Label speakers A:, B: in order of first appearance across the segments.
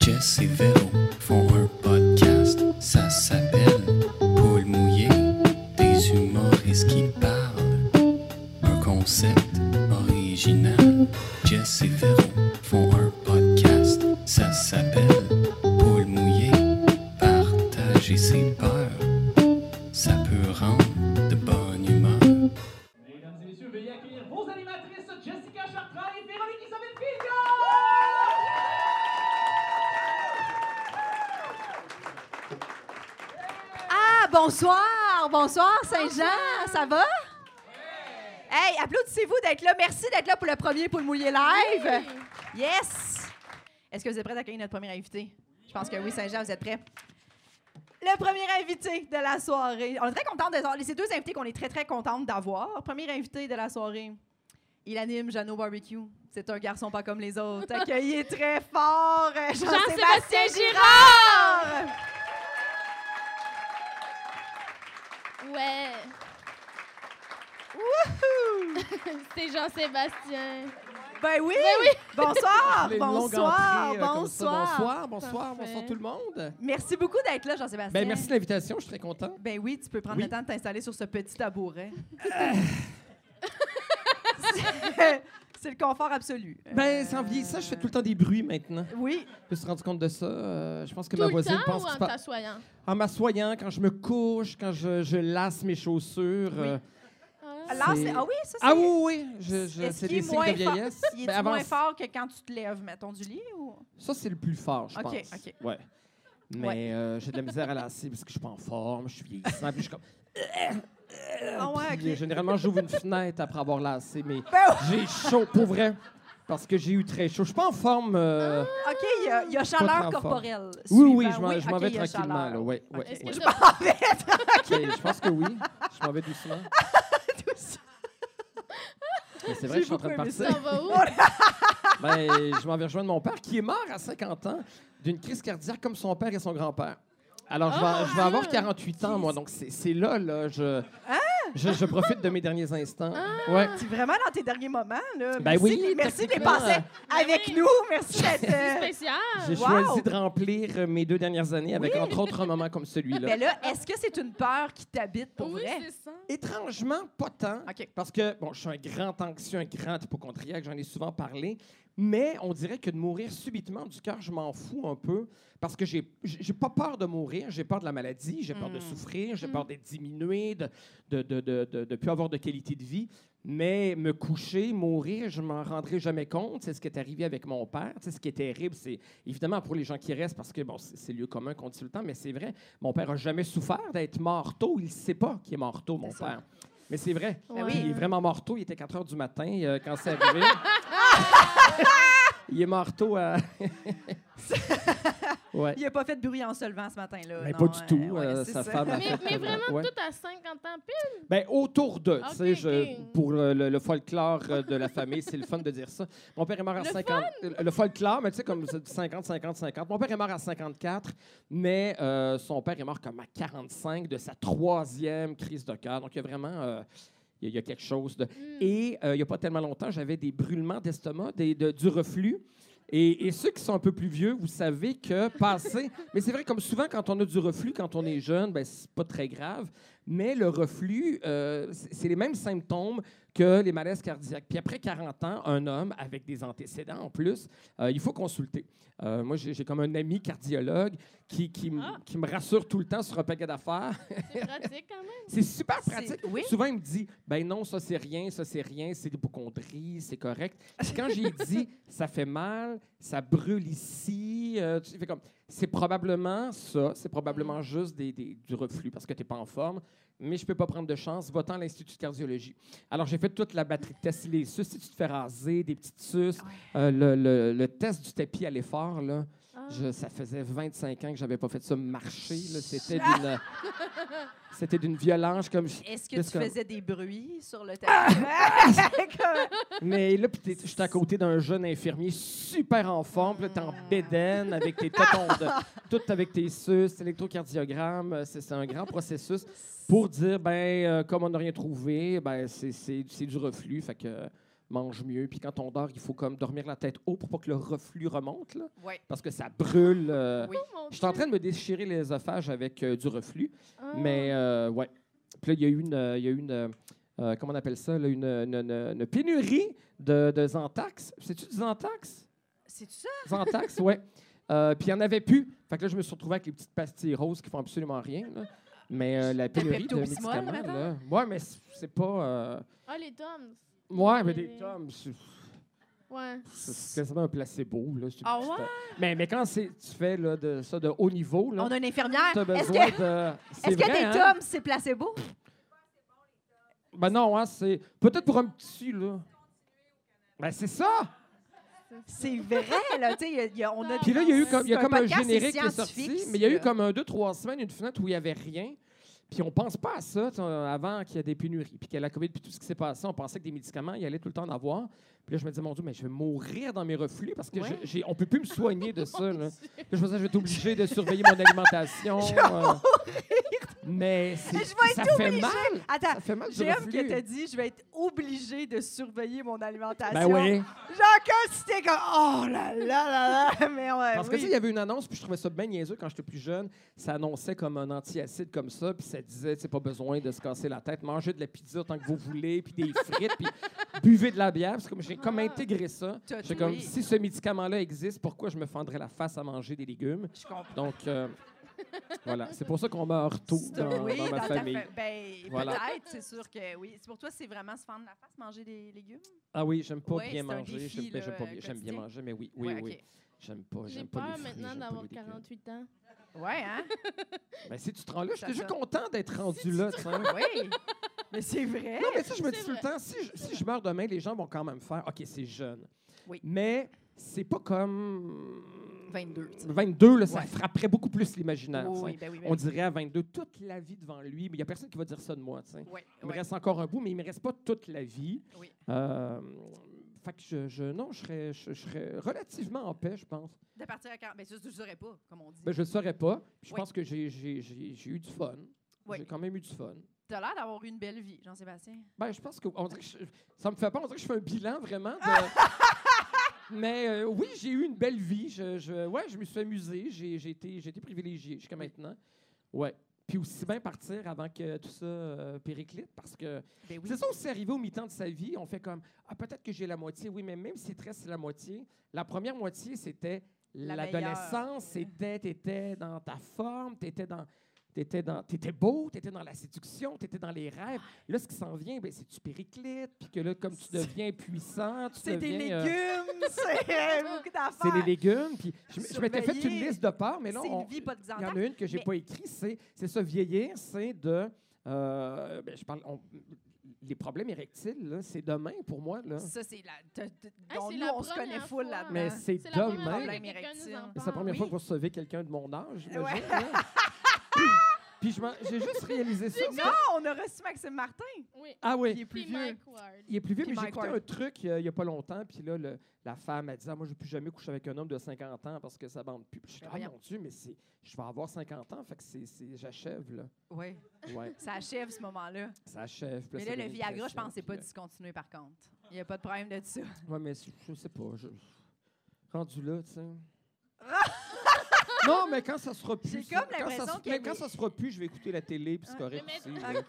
A: Jess et Véro font un podcast, ça s'appelle Paul mouillé, des humoristes qui parlent. Un concept original. Jess et Véro font un podcast, ça s'appelle Paul mouillé, partager ses peurs. Ça peut rendre de bonne humeur.
B: Mesdames et messieurs, veuillez accueillir vos animatrices Jessica Chartrand et Véronique Isabelle Filga!
C: Ah, bonsoir, bonsoir Saint-Jean, ça va? Hey, applaudissez-vous d'être là. Merci d'être là pour le premier Poule mouillé live. Yes! Est-ce que vous êtes prêts à accueillir notre premier invité? Je pense que oui, Saint-Jean, vous êtes prêts. Le premier invité de la soirée. On est très contente d'avoir ces deux invités qu'on est très, très contente d'avoir. Premier invité de la soirée, il anime Jeannot Barbecue. C'est un garçon pas comme les autres. Accueilli très fort, euh, Jean-Sébastien
D: Jean-Sébastien
C: Girard!
D: Ouais,
C: Wouhou!
D: c'est Jean-Sébastien.
C: Ben oui! Bonsoir!
E: Les longues
C: bonsoir!
E: entrées, euh, comme ça.
C: bonsoir!
E: Ah, Bonsoir, bonsoir,
D: Parfait.
E: bonsoir tout le monde.
C: Merci beaucoup d'être là, Jean-Sébastien.
E: Ben, merci de l'invitation, je suis très content.
C: Ben oui, tu peux prendre
E: Oui. Euh.
C: le temps de t'installer sur ce petit tabouret. C'est le confort absolu.
E: Ben, c'est en vieillissant, je fais tout le temps des bruits maintenant.
C: Oui,
E: Je me suis rendu compte de ça. euh, je pense que
D: Tout
E: ma
D: le
E: voisine
D: temps
E: pense
D: ou
E: que
D: en
E: c'est pas-
D: t'assoyant?
E: En m'assoyant, quand je me couche, quand je, je lasse mes chaussures. euh,
D: Ah.
C: là, c'est...
E: C'est-
C: Ah oui, ça, c'est...
E: Ah oui, oui, je- je-
C: Est-ce
E: c'est
C: qu'il est
E: des signes
C: moins
E: de
C: fort?
E: vieillesse.
C: Il est
E: Ben, avant-
C: moins fort que quand tu te lèves, mettons, du lit ou...
E: Ça, c'est le plus fort, je
C: Ok,
E: pense.
C: ok.
E: Ouais. Mais
C: Ouais.
E: euh, j'ai de la misère à lasser parce que je suis pas en forme, je suis vieillissant, puis je suis comme...
C: Ah ouais,
E: Puis, euh,
C: ok.
E: Généralement, j'ouvre une fenêtre après avoir lassé, mais
C: Ben
E: j'ai chaud, pour vrai, parce que j'ai eu très chaud. Je suis pas en forme... euh,
C: OK, il y a, il y a
E: Pas
C: chaleur
E: très fort.
C: corporelle.
E: Oui,
C: suivant.
E: oui, je m'en je m'en
C: Ah, ok,
E: vais
C: il y a
E: tranquillement.
C: chaleur.
E: Là, ouais, ouais,
D: Est-ce que
E: ouais.
D: je-
C: Ah, mais attends,
E: Ok, je pense que oui. Je m'en vais doucement.
C: tout ça.
E: Mais c'est
C: J'ai
E: vrai, je suis en train de
C: beaucoup aimé
E: partir.
D: T'en vas où?
E: Ben, je m'en vais rejoindre mon père qui est mort à 50 ans d'une crise cardiaque comme son père et son grand-père. Alors, je
C: Ah,
E: vais, je vais avoir 48 ans, moi, donc c'est c'est là, là, je,
C: Hein?
E: je, je profite de mes derniers instants. Ouais.
C: C'est vraiment dans tes derniers moments, là.
E: Ben
C: merci,
E: oui,
C: merci de les
E: techniquement,
C: passer avec
D: oui.
C: nous. Merci d'être...
D: C'est
C: euh,
D: spécial.
E: J'ai
C: Wow!
E: choisi de remplir euh, mes deux dernières années avec,
C: Oui. Ben,
E: entre autres, un moment comme celui-là.
C: Mais là, est-ce que c'est une peur qui t'habite pour
D: oui,
C: vrai?
D: c'est ça.
E: Ben Étrangement, pas tant.
C: OK.
E: Parce que, bon, je suis un grand anxieux, un grand hypochondriaque, j'en ai souvent parlé. Mais on dirait que de mourir subitement du cœur, je m'en fous un peu. Parce que j'ai j'ai pas peur de mourir, j'ai peur de la maladie, j'ai peur de
C: Mm.
E: souffrir, j'ai
D: Mm.
E: peur d'être diminué, de ne de, de, de, de- de plus avoir de qualité de vie. Mais me coucher, mourir, je m'en rendrai jamais compte. C'est ce qui est arrivé avec mon père. Tu sais, ce qui est terrible, c'est évidemment pour les gens qui restent, parce que bon, c'est c'est le lieu commun qu'on dit tout le temps, mais c'est vrai, mon père a jamais souffert d'être mort tôt. Il ne sait pas qu'il est mort tôt, mon
C: C'est ça.
E: père. Mais c'est vrai.
C: Ben
D: Ouais.
E: Puis Il est vraiment mort tôt. Il était 4 heures du matin euh, quand c'est arrivé. il est mort tôt à. ouais.
C: Il n'a pas fait de bruit en se levant ce matin-là.
E: Mais
C: non,
E: pas du tout.
C: euh, ouais,
E: euh,
C: c'est
E: sa
C: ça.
E: femme a
D: Mais,
E: fait
D: mais
E: comment-
D: vraiment,
E: ouais.
D: tout à 50 ans pile.
E: Ben, autour d'eux. tu sais,
D: Ok,
E: je-
D: ok.
E: Pour euh, le, le folklore euh, de la famille, c'est le fun de dire ça. Mon père est mort à
D: Le
E: 50. euh, Le folklore, mais tu sais, comme c'est du 50, 50, 50. Mon père est mort à 54, mais euh, son père est mort comme à 45 de sa troisième crise de cœur. Donc, il y a vraiment. euh, il y, a- il y a quelque chose de.
D: Hmm.
E: Et euh, il n'y a pas tellement longtemps, j'avais des brûlements d'estomac, des- de- du reflux. Et, et ceux qui sont un peu plus vieux, vous savez que passer. mais c'est vrai, comme souvent, quand on a du reflux, quand on est jeune, ben, c'est pas très grave. Mais le reflux, euh, c'est c'est les mêmes symptômes que les malaises cardiaques. Puis après 40 ans, un homme avec des antécédents en plus, euh, il faut consulter. Euh, moi, j'ai j'ai comme un ami cardiologue qui, qui, m-
D: Ah.
E: qui me rassure tout le temps sur un paquet d'affaires.
D: C'est pratique quand même.
E: C'est super
C: C'est-
E: pratique.
C: oui.
E: Souvent, il me dit ben non, ça c'est rien, ça c'est rien, c'est l'hypochondrie, c'est correct. Puis quand j'ai dit ça fait mal, ça brûle ici, euh, tu fais comme c'est probablement ça, c'est probablement juste des, des- du reflux parce que tu n'es pas en forme, mais je peux pas prendre de chance, va-t'en à l'Institut de cardiologie. Alors j'ai fait toute la batterie de tests, les suces, si tu te fais raser, des petites suces, euh, le, le- le test du tapis à l'effort, là.
D: Ah.
E: Je- ça faisait 25 ans que j'avais pas fait ça marcher. là. C'était d'une, c'était d'une violence comme. je-
C: Est-ce que
E: Parce
C: tu
E: que-
C: faisais des bruits sur le tapis? Comme-
E: Mais là, puis t'es- j'étais à côté d'un jeune infirmier super en forme, puis là, t'es en bédaine avec tes tétons, de- tout avec tes suces, électrocardiogramme. euh, C'est, c'est un grand processus pour dire, ben, euh, comme on n'a rien trouvé, ben, c'est, c'est- c'est du reflux. Fait que euh, mange mieux. Puis quand on dort, il faut comme dormir la tête haut pour pas que le reflux remonte, là,
C: Ouais.
E: parce que ça brûle. euh.
C: Oui.
D: Oh, mon
E: Je suis en
D: Dieu.
E: train de me déchirer l'œsophage avec euh, du reflux,
D: Ah.
E: mais euh, ouais. Puis là, il y a eu une, euh, il y a eu une euh, euh, comment on appelle ça, là, une, une- une- une pénurie de, de Zantax. C'est-tu du Zantax?
C: C'est ça?
E: Zantax, ouais. Euh, puis il n'y en avait plus. Fait que là, je me suis retrouvé avec les petites pastilles roses qui font absolument rien. là. Mais euh, la pénurie de
C: Pepto-Bismol,
E: médicaments,
C: mettons?
E: là. Ouais, mais c'est c'est pas. euh,
D: Ah, les tomes.
E: Ouais, mais des
D: Mais-
E: tomes, c'est
D: Ouais.
E: c'est quasiment un placebo. Là, C'est une
C: Ah
E: petite,
C: ouais?
E: euh, Mais, mais quand c'est- tu fais là, de, ça de haut niveau, là,
C: On a une infirmière.
E: t'as
C: Est-ce
E: besoin
C: que,
E: de. c'est
C: est-ce que
E: vrai,
C: des
E: hein?
C: tomes, c'est placebo?
E: Ben non, hein, c'est. Peut-être pour un petit, là. Ben c'est ça!
C: C'est vrai, là. Tu sais, il y a- il y a- on a.
E: Puis là, il y a eu
D: C'est
E: comme, il y a
C: un
E: comme un
C: podcast, c'est
E: générique qui est sorti,
C: scientifique,
E: mais il y a eu
C: ça.
E: comme un, deux, trois semaines, une fenêtre où il n'y avait rien. Puis on pense pas à ça tu sais, avant qu'il y ait des pénuries, puis qu'il y ait la COVID, puis tout ce qui s'est passé. On pensait que des médicaments, il y allait tout le temps en avoir. Puis là, je me disais, mon Dieu, mais je vais mourir dans mes reflux parce que
C: Ouais.
E: je- j'ai- on peut plus me soigner de ça. Là. Puis je me disais, je vais être obligé de surveiller mon alimentation. euh, mais c'est-
C: Je vais
E: ça
C: être
E: fait
C: obligée.
E: mal.
C: Attends,
E: Ça fait mal du
C: j'aime que
E: reflux.
C: t'as dit, je vais être obligée de surveiller mon alimentation.
E: Ben oui.
C: Genre, quand c'était comme, oh là là là là, mais ouais,
E: Parce que
C: Ah oui.
E: tu sais, il y avait une annonce, puis je trouvais ça bien niaiseux quand j'étais plus jeune. Ça annonçait comme un antiacide comme ça, puis ça disait, c'est pas besoin de se casser la tête, mangez de la pizza tant que vous voulez, puis des frites, puis buvez de la bière. Parce que j'ai comme
C: Ah.
E: intégré ça.
C: T'as
E: J'ai
C: tout
E: comme,
C: pris.
E: si ce médicament-là existe, pourquoi je me fendrais la face à manger des légumes?
C: Je comprends.
E: Donc, euh, voilà. C'est pour ça qu'on meurt tôt
C: C'est-
E: dans,
C: oui,
E: dans ma
C: ta
E: famille.
C: fa- ben,
E: Voilà.
C: peut-être, c'est sûr que oui. C'est Pour toi, c'est vraiment se fendre la face, manger des légumes?
E: Ah oui, j'aime pas
C: Ouais,
E: bien
C: c'est un
E: manger.
C: défi,
E: J'aime ben,
C: là,
E: j'aime pas bien- j'aime bien
C: quotidien.
E: manger, mais oui, oui,
C: Ouais,
E: oui.
C: ok.
E: J'aime pas,
D: J'ai
E: j'aime pas les
D: peur
E: fruits,
D: maintenant
E: j'aime pas
D: d'avoir
E: les légumes.
D: 48 ans.
C: Ouais, hein?
E: Ben, si tu te rends là, je suis
C: Ça
E: déjà
C: sonne.
E: content d'être rendu là, tu sais.
C: oui. Mais c'est vrai.
E: Non, mais ça, je me
D: C'est
E: dis tout le
D: vrai.
E: temps, si je, si je meurs demain, les gens vont quand même faire OK, c'est jeune.
C: Oui.
E: Mais c'est pas comme.
C: 22, tu sais.
E: 22, là, ça
C: Ouais.
E: frapperait beaucoup plus l'imaginaire.
C: Oui,
E: tu sais.
C: ben oui, ben
E: On
C: oui.
E: dirait à 22 toute la vie devant lui, mais il n'y a personne qui va dire ça de moi. tu sais.
C: Ouais,
E: Il me
C: ouais.
E: reste encore un bout, mais il ne me reste pas toute la vie.
C: Oui.
E: Euh, fait que je, je- non, je serais, je, je serais relativement en paix, je pense.
C: De partir à ben, 40. Mais ça, tu ne saurais pas, comme on dit.
E: Mais Ben, je ne le saurais pas. Puis Je
C: Oui.
E: pense que j'ai- j'ai j'ai- j'ai eu du fun.
C: Oui.
E: J'ai quand même eu du fun.
C: T'as l'air d'avoir eu une belle vie, Jean-Sébastien.
E: Ben, je pense que, on dirait que je- ça me fait pas. On dirait que je fais un bilan vraiment. de- Mais euh, oui, j'ai eu une belle vie. Je, je- ouais, je me suis amusé. J'ai j'ai été, j'ai été privilégié jusqu'à maintenant. Ouais. Puis aussi bien partir avant que tout ça euh, périclite parce que
C: Ben oui.
E: c'est ça aussi arrivé au mi-temps de sa vie. On fait comme ah peut-être que j'ai la moitié. Oui, mais même si te reste la moitié, la première moitié c'était
C: La
E: l'adolescence.
C: meilleure.
E: C'était t'étais dans ta forme, t'étais dans T'étais, dans, t'étais beau, t'étais dans la séduction, t'étais dans les rêves. Là, ce qui s'en vient, ben, c'est que tu périclites, puis que là, comme tu deviens puissant, tu
C: C'est des
E: deviens, euh,
C: légumes, c'est beaucoup d'affaires.
E: c'est les légumes. Puis je, m- je m'étais fait une
C: Surveiller.
E: liste de part, mais là,
C: C'est
E: on-
C: une vie pas de
E: il y en
C: Xantac.
E: a une que j'ai
C: Mais-
E: pas écrite, c'est, c'est ça, vieillir, c'est de... euh, ben, je parle, on- les problèmes érectiles, là, c'est demain pour moi. Là.
C: Ça, c'est la. t'as- t'as-
D: Ah,
C: dont
D: c'est
C: nous,
D: la
C: on se connaît
D: première
C: full
D: fois. hein.
C: là-dedans.
E: Mais c'est
D: C'est la première
E: demain.
D: fois que
C: Problème
D: quelqu'un nous en
C: érectile.
E: C'est la première
D: parle.
E: fois que vous recevez quelqu'un de mon âge, j'imagine,
C: Ouais.
E: là. Puis je m'en- j'ai juste réalisé ça.
C: Non, on a reçu Maxime Martin,
D: Oui.
E: Ah oui.
C: qui est plus
D: Puis
C: vieux.
D: Mike Ward.
E: Il est plus vieux,
C: Puis
E: mais j'ai
C: Mike
E: écouté
C: Ward.
E: un truc euh, il n'y a pas longtemps, puis là, le- la femme, elle dit ah, Moi, je ne veux plus jamais coucher avec un homme de 50 ans parce que ça bande plus. Puis Je suis
C: Ben
E: Ah,
C: voyons.
E: mon Dieu, mais c'est, je vais avoir 50 ans, fait que c'est, c'est- j'achève, là.
C: Oui,
E: Ouais,
C: ça achève ce moment-là.
E: ça achève. puis
C: Mais
E: ça
C: là, le
E: donne une
C: Viagra, je
E: pression,
C: pensais
E: puis euh,
C: pas
E: là-
C: discontinuer par contre. Il n'y a pas de problème de ça.
E: Ouais, mais c'est- je sais pas. Je... Rendu là, tu sais. non, mais quand ça sera plus.
C: J'ai
E: ça-
C: comme
E: quand ça
C: l'impression
E: se-
C: qu'il y
E: mais
C: a
E: quand
C: des-
E: ça sera plus, je vais écouter la télé, puis c'est
D: Ouais,
E: correct
D: mais-
E: aussi, là.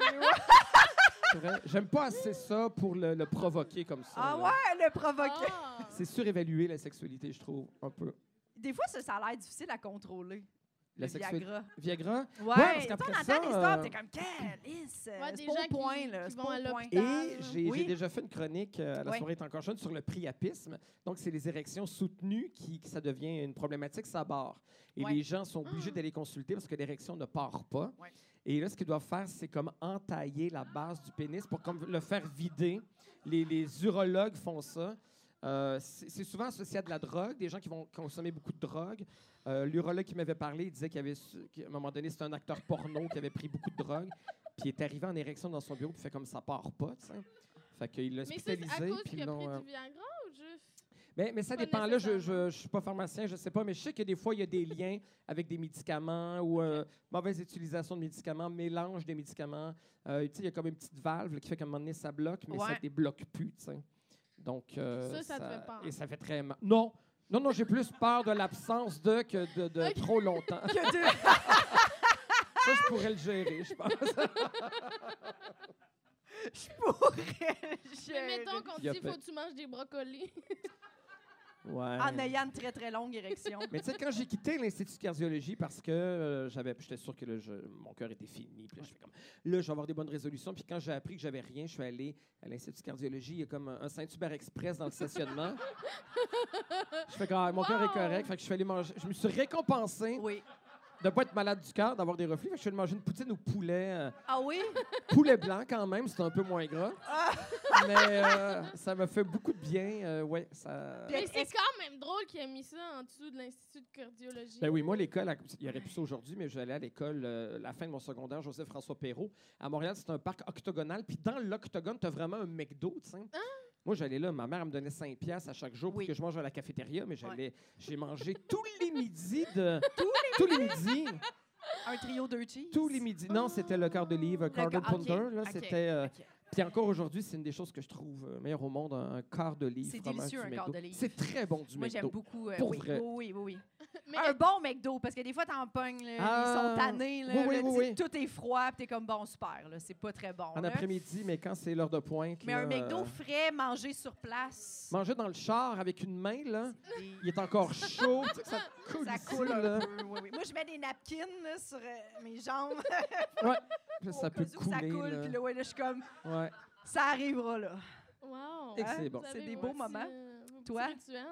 E: C'est vrai, J'aime pas assez ça pour le, le provoquer comme ça.
C: Ah
E: là.
C: ouais, le provoquer.
D: Ah.
E: C'est surévaluer la sexualité, je trouve, un peu.
C: Des fois, ça, ça a l'air difficile à contrôler.
E: La
C: le
E: sexualité.
C: Viagra.
E: Viagra,
C: Ouais,
E: parce
C: tu sais,
E: qu'après
C: on entend
E: ça,
C: des histoires,
E: euh,
C: t'es comme, quelle
D: Ouais,
C: C'est
D: des
C: pas
D: gens
C: au
D: qui-
C: point, là.
D: qui
C: C'est
D: vont
C: pas
D: à
C: au point.
E: Et
D: Ah,
E: j'ai
C: oui.
E: j'ai déjà fait une chronique euh, à la
C: Ouais.
E: soirée est encore jeune sur le priapisme. Donc, c'est les érections soutenues qui, qui- ça devient une problématique, ça barre. Et
C: Ouais.
E: les gens sont obligés d'aller consulter parce que l'érection ne part pas.
C: Ouais.
E: Et là, ce qu'ils doivent faire, c'est comme entailler la base du pénis pour comme le faire vider. Les, les urologues font ça. Euh, c'est c'est souvent associé à de la drogue, des gens qui vont consommer beaucoup de drogue. Euh, L'urologue qui m'avait parlé, il disait qu'il avait, su- qu'à un moment donné, c'était un acteur porno qui avait pris beaucoup de drogue, puis il est arrivé en érection dans son bureau, puis fait comme ça part pas, tu sais. Fait qu'il l'a
D: Mais ça, c'est à
E: hospitalisé,
D: cause
E: puis
D: qu'il
E: ils
D: a
E: l'ont,
D: pris
E: euh,
D: du Viagra ou juste.
E: mais, mais ça
D: Pas
E: dépend. Là, je,
D: nécessairement.
E: je, je suis pas pharmacien, je sais pas, mais je sais que des fois, il y a des liens avec des médicaments ou euh, mauvaise utilisation de médicaments, mélange des médicaments. Euh, tu sais, il y a comme une petite valve là, qui fait qu'à un moment donné, ça bloque, mais ça
C: Ouais.
E: débloque plus, tu sais. Donc, euh,
D: Ça, ça te fait peur.
E: Et ça fait très mal. Non, non, non, j'ai plus peur de l'absence de que de, de
D: Ok.
E: trop longtemps.
C: Que deux.
E: Ça, je pourrais le gérer, je pense.
C: Je pourrais.
D: Mais mettons qu'on
E: Y a
D: te dit,
E: pas-
D: faut que tu manges des brocolis.
E: Ouais.
D: Ah,
C: En ayant une très, très longue érection.
E: Mais tu sais, quand j'ai quitté l'Institut de cardiologie parce que euh, j'avais, j'étais sûr que là, je- mon cœur était fini, puis là, je fais comme, là, je vais avoir des bonnes résolutions. Puis quand j'ai appris que j'avais rien, je suis allé à l'Institut de cardiologie. Il y a comme un, un Saint-Hubert Express dans le stationnement. je fais comme, Ah, mon cœur est
D: Wow!
E: correct. Fait que je suis allé manger. Je me suis récompensé
C: Oui.
E: de ne pas être malade du cœur, d'avoir des reflux. Fait que je suis allé manger une poutine au poulet. euh,
C: Ah oui?
E: poulet blanc quand même, c'est un peu moins gras. Mais euh, ça me fait beaucoup de bien. euh, ouais, ça.
C: Puis
D: Mais
C: est-ce-
D: c'est quand même drôle qu'il ait mis ça en dessous de l'Institut de cardiologie.
E: Ben oui, moi, l'école, à- il y aurait plus ça aujourd'hui, mais j'allais à l'école, euh, la fin de mon secondaire, Joseph-François Perrault. À Montréal, c'est un parc octogonal. Puis dans l'octogone, tu as vraiment un McDo, tu sais. Moi, j'allais là, ma mère, elle me donnait 5 piastres à chaque jour
C: Ah! Oui.
E: pour que je mange à la cafétéria, mais j'allais, j'ai mangé tous les midis de. tous les midis.
C: Un trio de cheese?
E: Tous les midis. Non, c'était le quart de
C: Ah!
E: livre,
C: Le
E: quart de
C: ca- ok,
E: pounder. Là,
C: ok,
E: c'était. euh,
C: ok.
E: Puis encore aujourd'hui, c'est une des choses que je trouve euh, meilleure au monde, un, un quart de livre.
C: C'est
E: fromage
C: délicieux,
E: du
C: un quart
E: McDo.
C: de livre.
E: C'est très bon du
C: Moi, j'aime
E: McDo.
C: beaucoup. euh,
E: Pour
C: oui,
E: vrai.
C: oui, oui, oui.
D: Mais
C: Un bon McDo, parce que des fois, t'en pognes, là,
E: Ah.
C: ils sont tannés, là,
E: Oui, oui,
C: là,
E: oui,
C: tu-
E: oui.
C: tout est froid, puis t'es comme, bon, super, là, c'est pas très bon.
E: En
C: là.
E: après-midi, mais quand c'est l'heure de pointe.
C: Mais
E: là,
C: un McDo
E: euh,
C: frais, mangé sur place,
E: Manger dans le char avec une main, là,
C: des-
E: il est encore chaud. tu sais que ça coule,
C: ça
E: ici,
C: coule
E: là.
C: un peu. oui, oui. Moi, je mets des napkins là, sur euh, mes jambes,
E: Puis là,
C: au cas
E: ça peut
C: où ça
E: couler.
C: coule,
E: là.
C: puis là, ouais, là, je suis comme,
E: Ouais.
C: ça arrivera, là.
D: Wow!
E: Et que c'est bon.
D: Vous
C: C'est
D: avez
C: des
D: vos
C: beaux
D: petits,
C: moments.
D: euh, vos petits
C: Toi?
D: rituels.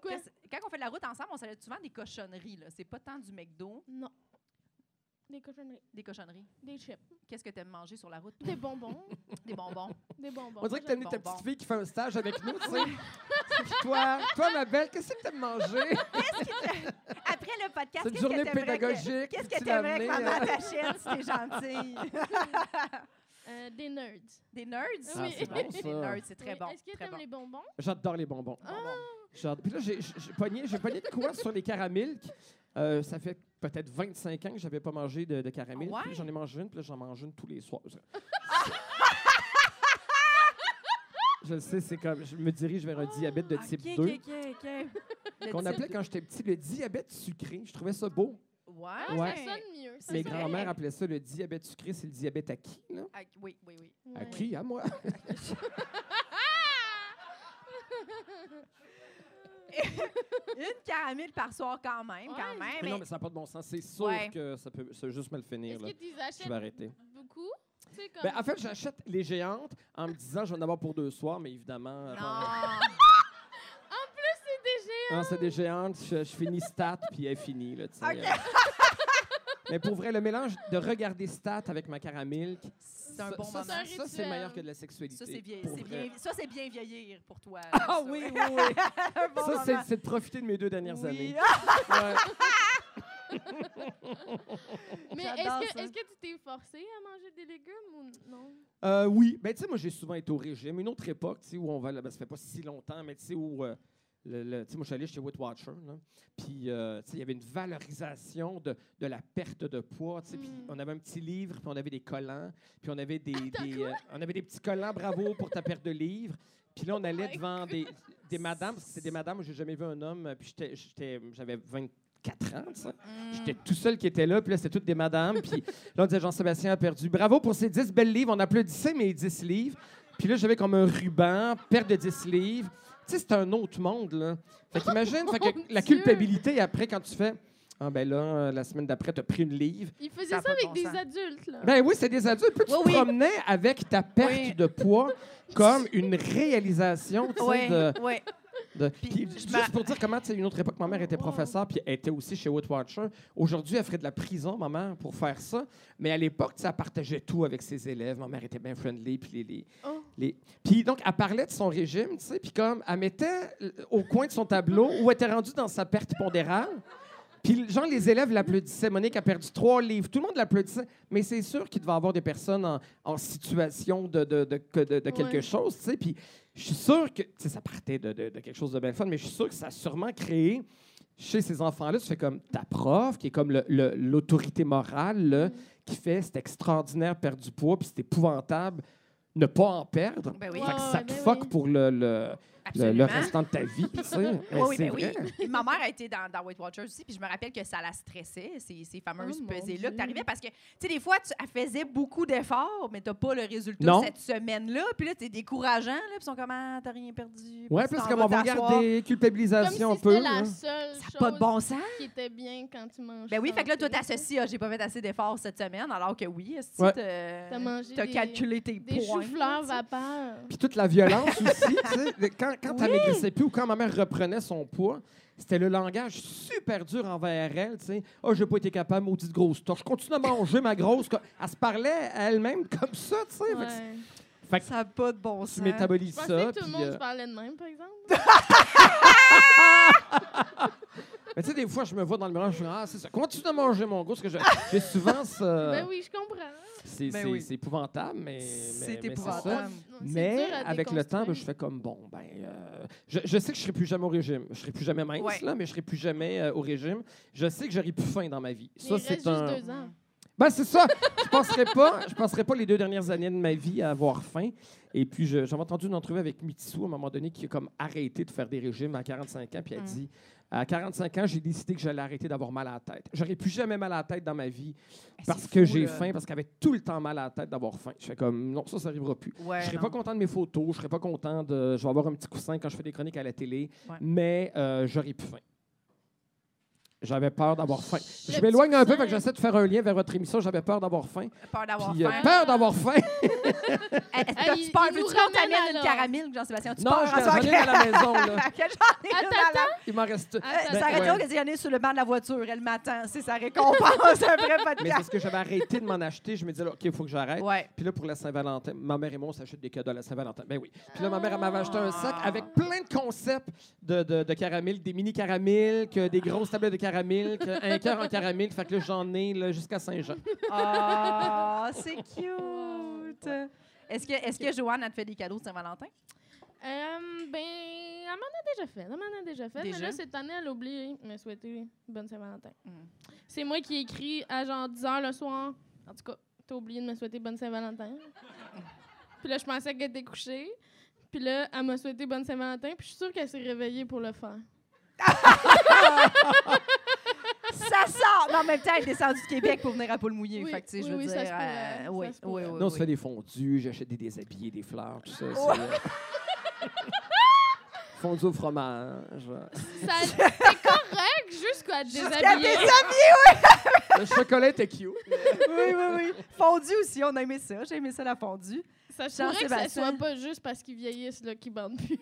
D: Quoi?
C: Qu'est-ce- Quand on fait de la route ensemble, on s'allait souvent des cochonneries, là. C'est pas tant du McDo,
D: Non. Des cochonneries.
C: des cochonneries.
D: Des chips.
C: Qu'est-ce que t'aimes manger sur la route?
D: Des bonbons.
C: Des bonbons.
D: des bonbons.
E: On dirait que
D: Moi,
E: t'as
D: j'aime-
E: une
C: le
E: ta
C: bonbon.
E: petite fille qui fait un stage avec nous, tu sais. Puis toi, toi, ma belle, qu'est-ce que t'aimes manger?
C: Après le podcast,
E: C'est une
C: qu'est-ce que
E: journée
C: t'aimerais que-
E: pédagogique.
C: Qu'est-ce que
E: tu
C: t'aimerais que
E: l'amener,
C: maman
E: euh,
C: t'achète si t'es gentille?
D: Euh, des nerds.
C: Des nerds?
E: Ah,
D: c'est bon,
E: ça.
C: Des nerds, c'est très
D: Oui.
C: bon.
D: Est-ce que
C: très
D: t'aimes
C: bon.
D: les bonbons?
E: J'adore les bonbons.
C: Bonbons.
E: J'adore. Puis là, j'ai- j'ai j'ai pogné, j'ai pogné de quoi sur les caramilk. Euh, ça fait peut-être 25 ans que j'avais pas mangé de, de caramilk.
C: Ah ouais?
E: Puis J'en ai mangé une, puis là, j'en mange une tous les soirs. je le sais, c'est comme... Je me dirige vers un diabète de
C: Ah,
E: type
C: ok,
E: 2,
C: OK, OK, OK.
E: qu'on appelait quand j'étais petit le diabète sucré. Je trouvais ça beau.
C: Ouais.
D: Ah,
E: Ouais.
D: ça sonne mieux. Ça
C: c'est
D: sonne-
E: Mes
C: grands-
E: grands-mères appelaient ça le diabète sucré. C'est le diabète à qui, là?
C: Ah, oui, oui, oui.
E: À
D: Ouais.
E: qui? À moi?
C: Une caramel par soir quand même, quand
D: Ouais.
C: même.
E: Mais non,
C: mais-
E: mais ça n'a pas de bon sens. C'est
C: Eh
E: sûr
C: ben Ouais.
E: que ça peut ça peut juste mal finir.
D: Est-ce
E: Là.
D: que tu les
E: Je vais
D: achètes
E: arrêter.
D: beaucoup? Tu sais, comme...
E: Ben, en fait, j'achète les géantes en me disant je vais en avoir pour deux soirs, mais évidemment. euh,
C: Non.
D: C'est des géants.
E: Non, hein, c'est des géantes. Je, je finis stat, puis elle finit. Là, tu sais,
C: Ok.
E: euh. Mais pour vrai, le mélange de regarder stat avec ma caramilk,
C: C'est un
E: ça-
C: bon
E: ça,
C: moment.
E: Ça,
D: C'est un
E: c'est
D: rituel.
E: meilleur que de la sexualité.
C: Ça, c'est bien,
E: pour
C: c'est
E: vrai.
C: bien, ça, c'est bien vieillir pour toi.
E: Ah
C: ça,
E: oui,
C: ouais.
E: oui, oui.
C: Un bon
E: ça, c'est-
C: moment.
E: c'est de profiter de mes deux dernières
C: Oui.
E: années.
C: Ah,
E: Ouais.
D: Mais
C: J'adore
D: est-ce que,
C: ça.
D: est-ce que tu t'es forcé à manger des légumes ou non?
E: Euh, oui. Ben, tu sais, moi, j'ai souvent été au régime. Une autre époque, tu sais, où on va. là- Ben, ça fait pas si longtemps, mais tu sais, où. euh, le- le- tu sais, moi, je suis allé chez Weight Watcher, là. Puis, euh, tu sais, il y avait une valorisation de, de la perte de poids, tu sais. Puis,
D: Mm.
E: on avait un petit livre, puis on avait des collants, puis on avait des. des, euh, on avait des petits collants, bravo pour ta perte de livre. Puis là, on allait
D: my
E: devant des, des madames, parce que c'est des madames où j'ai jamais vu un homme, euh, puis j'étais- j'étais- j'avais 24 ans, tu sais.
C: Mm.
E: J'étais tout seul qui était là, puis là, c'était toutes des madames. Puis là, on disait Jean-Sébastien a perdu. Bravo pour ces 10 belles livres. On applaudissait mes 10 livres. Puis là, j'avais comme un ruban, perte de 10 livres. Tu sais, c'est un autre monde, là. Fait qu'imagine, fait
D: Mon
E: que la
D: Dieu!
E: culpabilité après, quand tu fais Ah, ben là, euh, la semaine d'après, t'as pris une livre.
D: Ils faisaient
C: Ça
D: ça,
C: a pas de
D: avec
C: bon
D: des
C: sens.
D: adultes, là.
E: Ben oui, c'est des adultes. Puis tu
C: Oui,
E: te
C: oui.
E: promenais avec ta perte
C: Oui.
E: de poids comme une réalisation, tu sais,
C: Ouais,
E: de-
C: ouais.
E: de-
C: Puis,
E: puis
C: je
E: juste
C: m'a-
E: pour dire comment, tu sais, une autre époque, ma mère était
D: Wow.
E: professeure, puis elle était aussi chez Weight Watcher. Aujourd'hui, elle ferait de la prison, ma mère, pour faire ça. Mais à l'époque, tu sais, elle partageait tout avec ses élèves. Ma mère était bien friendly, puis les- les-
D: Oh.
E: les- Puis donc, elle parlait de son régime, tu sais, puis comme, elle mettait euh, au coin de son tableau où elle était rendue dans sa perte pondérale. Puis, genre, les élèves l'applaudissaient. Monique a perdu trois livres. Tout le monde l'applaudissait. Mais c'est sûr qu'il devait y avoir des personnes en, en situation de, de, de, que- de- de quelque
D: Ouais.
E: chose, tu sais. Puis, je suis sûr que... Tu sais, ça partait de, de- de quelque chose de bien fun, mais je suis sûr que ça a sûrement créé... Chez ces enfants-là, tu fais comme ta prof, qui est comme le- le-
D: Mm.
E: l'autorité morale, là, qui fait c'est extraordinaire perdre du poids, puis c'est épouvantable ne pas en perdre.
C: Ben oui.
E: Fait que
D: Ouais,
E: ça
D: ouais,
E: te
D: ben
E: fuck
D: oui.
E: pour le, le, le- le
C: Absolument.
E: restant de ta vie. tu sais.
C: Oui,
E: Mais
C: oui,
E: c'est
C: ben oui.
E: vrai.
C: Et ma mère a été dans, dans Weight Watchers aussi, puis je me rappelle que ça la stressait, ces, ces fameuses
D: Oh, mon
C: pesées-là que
D: Dieu.
C: t'arrivais, parce que, tu sais, des fois, tu, elle faisait beaucoup d'efforts, mais t'as pas le résultat
E: Non.
C: cette semaine-là, puis là, t'es décourageant, là, puis ils sont comme, ah, t'as rien perdu.
E: Ouais,
C: puis tu
E: parce
C: t'en
E: qu'on
C: vas
E: va
C: t'asseoir.
E: regarder
D: Comme
E: culpabilisation
D: si
E: un peu.
D: c'était la
E: hein.
D: seule
C: Ça
D: chose
C: n'a pas de bon sens.
D: qui était bien quand tu manges.
C: Ben oui, fait que là, toi,
D: santé,
C: t'associes, ah, j'ai pas fait assez d'efforts cette semaine, alors que oui, si
E: Ouais.
C: t'as-
D: T'as mangé
C: euh, t'as
D: des-
C: calculé tes
D: Des
C: points.
D: choux-fleurs
C: tu sais.
D: vapeur.
E: Puis toute la violence aussi, tu sais, de- quand, quand elle
C: Oui.
E: maigrissait plus ou quand ma mère reprenait son poids, c'était le langage super dur envers elle, tu sais. « Ah, j'ai pas été capable, maudite grosse torche. Je continue à manger ma grosse... co- » Elle se parlait à elle-même comme ça, tu sais. Fait que c'est-
D: Ouais.
C: Ça n'a pas de bon
E: Tu
C: sens.
E: métabolises
D: Je pensais
E: ça,
D: que tout le
E: puis,
D: monde
E: euh,
D: se parlait de même, par exemple.
E: Mais tu sais, des fois, je me vois dans le miroir, je me dis, ah, c'est ça. Continue à manger mon gros, parce que je- j'ai souvent ce.
D: Ben oui, je comprends.
E: C'est
C: Ben
E: c'est-
C: oui.
E: c'est épouvantable, mais.
C: C'est
E: mais- mais
C: épouvantable.
E: ça.
D: Non, c'est
E: Mais
D: dur à
E: avec le temps, ben, je
D: déconstruire.
E: fais comme bon, ben, euh, je, je sais que je serai plus jamais au régime. Je serai plus jamais mince,
C: Ouais.
E: là, mais je serai plus jamais euh, au régime. Je sais que j'aurai plus faim dans ma vie.
D: Mais
E: ça,
D: il reste
E: c'est un.
D: juste deux ans.
C: Eh,
E: Ben, c'est ça. je penserais pas. Je penserais pas les deux dernières années de ma vie à avoir faim. Et puis, je- j'avais entendu une entrevue avec Mitsu à un moment donné qui a comme arrêté de faire des régimes à 45 ans. Puis elle
C: Mm.
E: dit À 45 ans, j'ai décidé que j'allais arrêter d'avoir mal à la tête. J'aurais plus jamais mal à la tête dans ma vie
C: Eh,
E: parce
C: c'est
E: que
C: fou,
E: j'ai
C: là.
E: faim, parce qu'avec tout le temps mal à la tête d'avoir faim. Je fais comme Non, ça, ça n'arrivera plus.
C: Ouais,
E: Je serais
C: non.
E: pas content de mes photos, je serais pas content de. Je vais avoir un petit coussin quand je fais des chroniques à la télé,
C: Ouais.
E: mais euh, j'aurais plus faim. J'avais peur d'avoir faim.
D: Le
E: Je m'éloigne un
D: petit
E: peu, fait que
D: coussin.
E: j'essaie de faire un lien vers votre émission. J'avais peur d'avoir faim.
C: Peur d'avoir
E: Puis, euh,
C: faim.
E: peur d'avoir faim.
C: Hey,
D: Ah,
C: T'as-tu
D: il-
C: peur?
D: il nous
C: Veux-tu qu'on
D: ramène à
C: t'amène une
D: l'ordre.
C: caramel, Jean-Sébastien? Tu
E: Non,
C: pars
E: je
C: en
E: j'en ai à la maison. là.
C: Que j'en ai une
D: Attends,
C: à la-
E: Il m'en reste.
C: Euh,
D: Attends,
C: ça
E: Ben,
C: aurait été
E: ouais.
C: drôle que si y en ait sur le banc de la voiture, elle m'attend. C'est sa récompense après
E: Mais
C: podcast.
E: parce que j'avais arrêté de m'en acheter, je me disais, là, OK, il faut que j'arrête.
C: Ouais.
E: Puis là, pour la Saint-Valentin, ma mère et moi, on s'achète des cadeaux à la Saint-Valentin. Ben oui. Puis là, ma mère, elle m'avait acheté un sac avec plein de concepts de, de, de caramel, des mini caramels, que des grosses tablettes de caramel, que un cœur en caramel. Fait que là, j'en ai là, jusqu'à Saint-Jean.
C: Oh, c'est cute. Est-ce que, est-ce que Joanne a te fait des cadeaux de Saint-Valentin?
D: Euh, ben, elle m'en a déjà fait. Elle m'en a déjà fait.
C: Déjà?
D: Mais là, cette année, elle a oublié de me souhaiter bonne Saint-Valentin.
C: Mm.
D: C'est moi qui écris à genre 10 h le soir. En tout cas, t'as oublié de me souhaiter bonne Saint-Valentin. puis là, je pensais qu'elle était couchée. Puis là, elle m'a souhaité bonne Saint-Valentin. Puis je suis sûre qu'elle s'est réveillée pour le faire.
C: Ça sort! Non, en même temps, elle est descendue du Québec pour venir à Paul Mouillé.
D: Oui,
C: fait que, tu sais,
D: oui,
C: je veux
D: oui,
C: dire.
D: ça se pourrait,
C: euh,
D: ça
C: oui,
D: se
C: oui,
D: pourrait.
C: oui,
E: Là, on se
C: oui.
E: fait des fondues, j'achète des déshabillés, des fleurs, tout ça. c'est, euh, Fondue au fromage.
D: Ça- C'est correct jusqu'à te
C: Jusqu'à
D: déshabiller.
C: des
E: Le chocolat était cute.
C: Oui, oui, oui. Fondue aussi, on a aimé ça. J'ai aimé ça, la fondue.
D: Ça se pourrait que ça
C: Jean-Sébastien.
D: soit pas juste parce qu'ils vieillissent là, qu'ils bandent plus.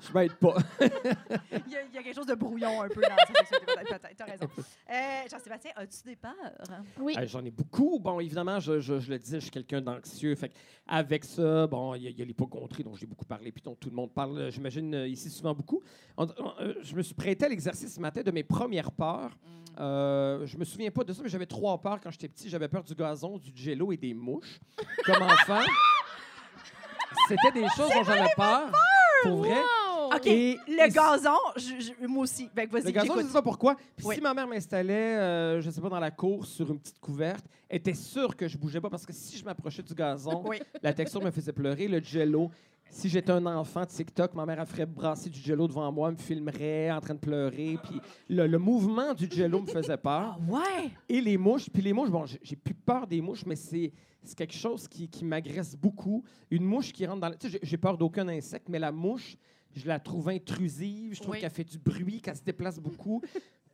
E: Je m'aide pas.
C: Il y, a, il y a quelque chose de brouillon un peu dans sa sexualité, peut-être. peut-être, T'as raison. Euh, Jean-Sébastien, as-tu des peurs?
D: Oui.
E: Euh, J'en ai beaucoup. Bon, évidemment, je, je- je le disais, je suis quelqu'un d'anxieux. Fait que avec ça, bon, il y a- il y a, l'hypochondrie dont j'ai beaucoup parlé, puis dont tout le monde parle, euh, j'imagine, euh, ici souvent beaucoup. On- on- euh, je me suis prêté à l'exercice ce matin de mes premières peurs.
C: Mm.
E: Euh, je me souviens pas de ça, mais j'avais trois peurs quand j'étais petit. J'avais peur du gazon, du jello et des mouches. Comme enfant, c'était des choses dont j'avais peur. Pour vrai.
D: Wow!
C: OK,
E: Et-
C: le
E: et-
C: gazon, je- je- moi aussi. Fait que vas-y,
E: Le gazon, je
C: j'écoute.
E: sais pas pourquoi. Puis
C: Oui.
E: si ma mère m'installait, euh, je sais pas, dans la cour sur une petite couverte, elle était sûre que je bougeais pas parce que si je m'approchais du gazon,
C: Oui.
E: la texture me faisait pleurer. Le jello, si j'étais un enfant TikTok, ma mère elle ferait brasser du jello devant moi, elle me filmerait en train de pleurer. Puis le, le mouvement du jello me faisait peur.
C: Ah ouais!
E: Et les mouches, puis les mouches, bon, j'ai- j'ai plus peur des mouches, mais c'est c'est quelque chose qui, qui m'agresse beaucoup. Une mouche qui rentre dans la... Tu sais, j'ai- j'ai peur d'aucun insecte, mais la mouche, je la trouve intrusive, je trouve
C: Oui.
E: qu'elle fait du bruit, qu'elle se déplace beaucoup.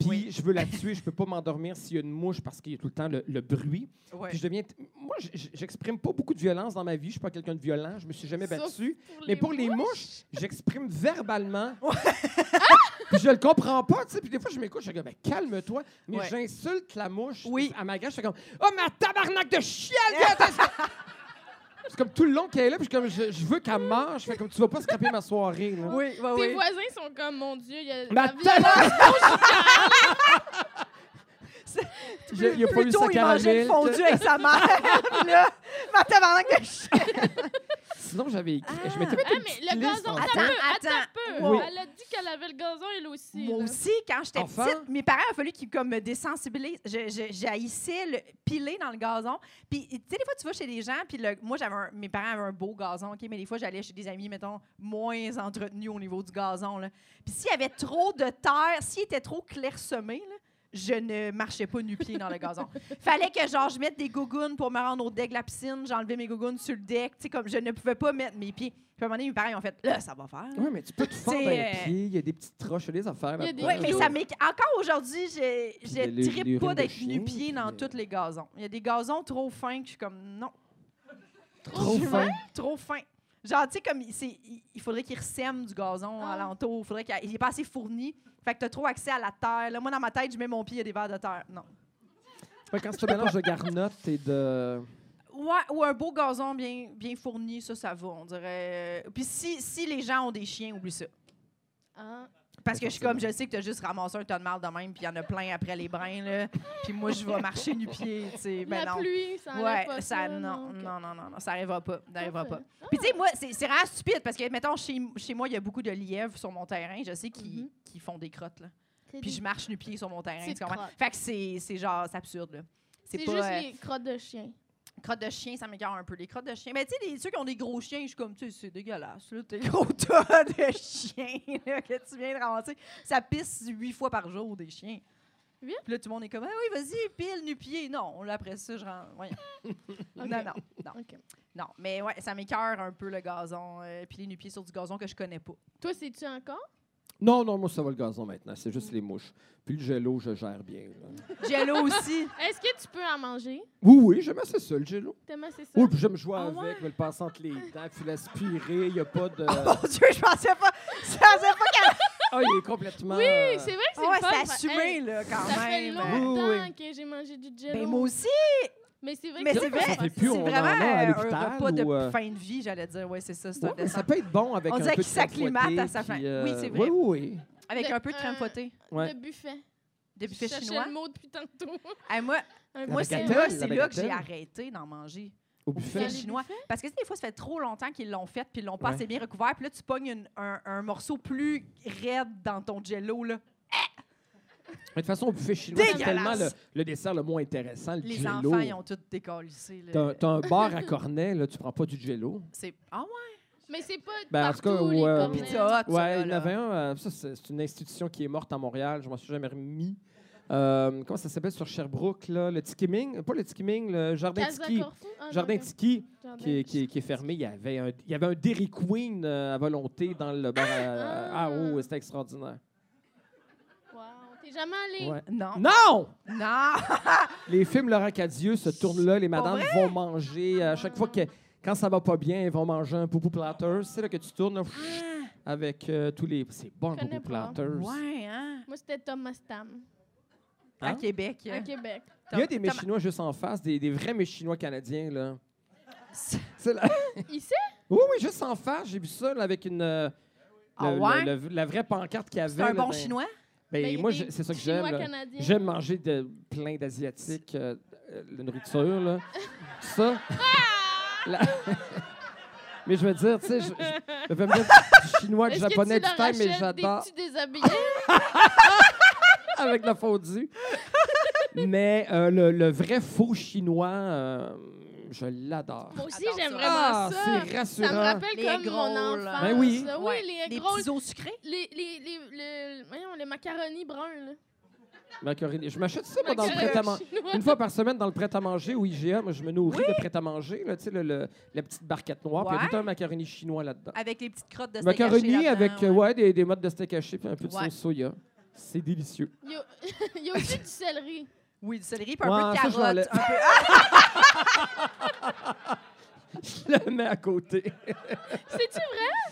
E: Puis
C: Oui.
E: je veux la tuer, je peux pas m'endormir s'il y a une mouche parce qu'il y a tout le temps le, le bruit.
C: Ouais.
E: Puis je deviens... t- Moi, j- j- j'exprime pas beaucoup de violence dans ma vie, je suis pas quelqu'un de violent, je me suis jamais
D: Sauf
E: battu.
D: Pour
E: Mais pour les mouches, j'exprime verbalement. puis je le comprends pas, tu sais. Puis des fois, je m'écoute, je suis comme, Ben, calme-toi. Mais
C: Ouais.
E: j'insulte la mouche.
C: Oui.
E: À ma gauche, je fais comme, oh, ma tabarnak de chienne! viens, t'es- C'est comme tout le long qu'elle est là, puis je, suis comme, je, je veux qu'elle mange. Je fais comme, tu vas pas scraper ma soirée, là.
C: Oui, oui,
D: Tes
C: oui.
D: voisins sont comme, mon Dieu, il y a
E: Ma
D: la vie-
E: tabarnak! Il il a pas eu
C: Plutôt,
E: sa Euh,
C: il mangeait
E: caramel.
C: le fondu avec sa mère. Puis là, ma tabarnak de chien.
E: Sinon, j'avais écrit.
C: Ah.
E: Je m'étais fait
D: Ah,
E: une
D: mais
E: petite
D: le
E: liste
D: gazon,
E: en
D: attends,
E: tête.
C: Attends,
D: attends, un peu.
E: wow.
D: Elle a dit qu'elle avait le gazon, elle aussi.
C: Moi
D: là.
C: aussi, quand j'étais
E: Enfant?
C: petite, mes parents, il a fallu qu'ils comme, me désensibilisent. Je- je- J'haïssais le piler dans le gazon. Puis, tu sais, des fois, tu vas chez des gens, puis le- moi, j'avais un- mes parents avaient un beau gazon, OK? Mais des fois, j'allais chez des amis, mettons, moins entretenus au niveau du gazon. là. Puis s'il y avait trop de terre, s'il était trop clairsemé, là, je ne marchais pas nu-pied dans le gazon. Fallait que, genre, je mette des gougounes pour me rendre au deck de la piscine. J'enlevais mes gougounes sur le deck. Tu sais, comme je ne pouvais pas mettre mes pieds. Puis à un moment donné, mes parents ils ont fait, là, ça va faire.
E: Oui, mais tu peux tout faire dans
C: Ah! C'est,
E: les
C: euh,
E: pieds. Il y a des petites roches, il y a des affaires.
D: Il y a
E: là-dedans.
D: des
C: Oui,
D: Ouais,
C: mais
D: l'eau.
C: ça m'éc- encore aujourd'hui, je,
E: Puis le-
C: je
E: l'urine
C: tripe
E: de
C: pas d'être
E: chien,
C: nu-pied dans
E: puis, euh,
C: tous les gazons. Il y a des gazons trop fins que je suis comme non,
E: Trop
C: humain.
E: fin.
C: trop fins. Genre, tu sais, comme il- c'est- il il faudrait qu'ils ressèment du gazon
D: Ah.
C: alentour. Faudrait qu'il y a- il est pas assez fourni. Fait que t'as trop accès à la terre. Là, moi, dans ma tête, je mets mon pied, il y a des vers de terre. Non.
E: Ouais, Quand c'est un mélange de garnottes et de.
C: Ouais, ou un beau gazon bien, bien fourni, ça, ça va, on dirait. Puis si, si les gens ont des chiens, oublie ça.
D: Ah.
C: Parce que je suis comme, je sais que t'as juste ramassé un tonne de marde de même, puis il y en a plein après les brins, là. Puis moi, je vais marcher nu-pied, tu sais. Ben
D: la
C: non.
D: pluie, ça enlève
C: Ouais,
D: pas
C: ça,
D: ça,
C: non,
D: ok.
C: non, non, non, non, ça arrivera pas, ça arrivera pas.
D: Parfait. Ah,
C: Puis tu sais, moi, c'est c'est vraiment stupide parce que, mettons, chez, chez moi, il y a beaucoup de lièvres sur mon terrain, je sais qu'ils
D: Mhm.
C: qu'ils font des crottes, là.
D: C'est
C: Puis
D: des-
C: je marche nu-pied sur mon terrain,
D: C'est
C: tu
D: de
C: comprends?
D: crottes.
C: Fait que c'est c'est genre, c'est absurde, là.
D: C'est
C: C'est pas...
D: juste
C: euh,
D: les crottes de chien.
C: Crottes de chien, ça m'écœure un peu, les crottes de chien. Mais tu sais, les- ceux qui ont des gros chiens, je suis comme, tu sais, c'est dégueulasse, là, tes gros tas de chiens là, que tu viens de ramasser. Ça pisse huit fois par jour des chiens.
D: Huit?
C: Puis là, tout le monde est comme, ah oui, vas-y, pile, nu-pied. Non, là, après ça, je rentre. voyons. Non, non, non.
D: Ok.
C: Non, mais ouais, ça m'écœure un peu le gazon, euh, puis les nu-pieds sur du gazon que je connais pas.
D: Toi, c'est-tu encore?
E: Non, non, moi, ça va le gazon maintenant. C'est juste les mouches. Puis le gelo, je gère bien. là.
C: Jello aussi.
D: Est-ce que tu peux en manger?
E: Oui, oui, j'aime assez ça, le gelo.
D: Tellement c'est ça.
E: Oui, puis j'aime jouer
D: Ah ouais?
E: avec, me le passer entre les dents, puis l'aspirer. Il n'y a pas de.
C: Oh mon Dieu, je pensais pas. Je pensais pas qu'elle.
E: Ah, il est complètement.
D: Oui,
E: euh,
D: c'est vrai que c'est
C: Ouais,
D: le fun.
C: c'est assumé,
D: Hey,
C: là, quand
D: Ça fait
C: même.
D: longtemps
E: Oui,
D: que j'ai mangé du jello.
C: Ben, moi aussi.
D: mais c'est vrai
C: Mais
D: que
C: c'est
E: qu'on
C: vrai,
E: s'en fait
C: c'est
E: plus, on en
C: vraiment
E: a à
C: un
E: l'hôpital
C: repas de
E: ou, euh,
C: fin de vie, j'allais dire. Oui, c'est ça, c'est
E: Ouais,
C: un
E: mais ça
C: dessert.
E: peut être bon avec
C: On
E: un peu
C: dirait
E: de
C: qu'il s'acclimate
E: crème
C: à sa
E: fouettée,
C: faim.
E: puis, euh,
C: Oui, c'est vrai.
E: Oui, oui.
C: Avec
D: de-
C: un peu de crème
D: un-
C: fouettée.
E: Ouais.
D: de buffet.
C: De
D: Je
C: buffet
D: cherchais
C: chinois.
D: le mot depuis tantôt.
C: Ah, moi,
D: Un
E: La
C: moi
D: buffet.
C: c'est
E: bagatelle,
C: là,
E: la
C: c'est là que j'ai
E: bagatelle.
C: arrêté d'en manger.
E: Au
C: Dans
E: buffet.
C: les chinois. Parce que des fois, ça fait trop longtemps qu'ils l'ont fait, puis ils l'ont pas
E: Ouais.
C: assez bien recouvert. Puis là, tu pognes une- un, un morceau plus raide dans ton jello. Là.
E: Mais de toute façon, au buffet chinois, c'est
C: Dégueulasse.
E: tellement le, le dessert le moins intéressant, le
C: Les
E: jello.
C: enfants, ils ont tout décalissé. là.
E: T'as un- t'as un bar à cornet, là, tu prends pas du jello.
C: C'est... Ah ouais?
D: Mais c'est pas
E: Ben, en tout
D: partout
E: cas,
D: les euh,
E: ouais.
D: cornets.
C: Pizza Hut, ça,
E: Ouais, il y en
C: là.
E: avait un. euh, ça, c'est c'est une institution qui est morte à Montréal. Je m'en suis jamais remis. Euh, comment ça s'appelle sur Sherbrooke, là? Le Tiki Ming? Pas le Tiki Ming, le Jardin
D: Casa
E: Tiki.
D: Corfu? Ah, non,
E: Jardin
D: non.
E: Tiki,
D: Jardin
E: qui est,
D: Tiki.
E: qui est- qui est fermé. Il y avait un, il y avait un Dairy Queen euh, à volonté dans le bar. à-
D: Ah!
E: Ah, oh, c'était extraordinaire.
D: Wow, t'es jamais allé.
E: Ouais.
C: Non.
E: Non!
C: Non! Ah,
E: Les films Laurent Cadieux se tournent là. Les madames vont manger euh, à chaque
D: Ah.
E: fois que. Quand ça va pas bien, ils vont manger un poupou platter. C'est là que tu tournes là, avec euh, tous les. C'est bon, un
D: Ah. Je connais
E: poupou
D: pas.
E: platter.
C: Ouais, hein?
D: Moi, c'était Thomas Tam,
E: Hein?
C: À Québec. euh,
D: à Québec.
E: Il y a des Méchinois juste en face, des, des vrais Méchinois canadiens, là.
C: C'est-
E: C'est là-
D: Ici?
E: Oui, oui, juste en face, j'ai vu ça, là, avec une... euh,
C: Ah
E: le-
C: ouais?
E: le- le- la vraie pancarte qu'il y avait.
C: C'est un
E: là,
C: bon
E: ben-
C: chinois?
E: ben,
D: Ben, il y a
E: moi,
D: des
E: je- c'est ça que j'aime.
D: Chinois
E: là.
D: canadiens.
E: J'aime manger de plein d'Asiatiques, euh, euh, la nourriture, là. Ça.
D: Ah!
E: La- mais je veux dire, tu sais, je, je- je veux me dire du chinois, du
D: Est-ce que
E: japonais,
D: tu
E: du
D: leur
E: thaï, mais
D: achètes
E: j'adore
D: Des petits déshabillés.
E: avec la fondue. mais euh, le, le vrai faux chinois, euh, je l'adore.
D: Moi aussi,
C: Attends,
D: j'aime
C: ça.
D: vraiment
E: Ah,
D: ça.
E: c'est
D: Ça me
E: rassurant.
D: rappelle
C: Les
D: comme
C: gros,
D: mon
C: là.
D: enfance.
E: Ben oui.
D: là.
C: Ouais.
D: Oui, les
C: Des
D: gros...
C: petits os sucrés?
D: Les, les, les, les, voyons, les macaronis bruns, là.
E: Macaroni. Je m'achète ça moi, dans le
D: Macaroni
E: prêt à manger.
D: chinois.
E: Une fois par semaine dans le prêt à manger au IGA, moi je me nourris de prêt à manger, là, tu sais, le, le- la petite barquette noire, puis il y a
C: Ouais.
E: tout un macaroni chinois là-dedans.
D: Ah,
C: Avec les petites crottes de steak
E: Macaroni
C: haché
E: avec euh,
C: là-dedans,
E: ouais, des, des mottes de steak haché puis un peu de
C: Ouais.
E: sauce soya. C'est délicieux.
D: Il y a- il y a aussi du céleri.
C: Oui, du céleri, puis un
E: Ouais,
C: peu de
E: ça, je l'enlève.
C: carotte. Un peu... Ah,
E: Je le mets à côté.
D: C'est-tu vrai? Ah!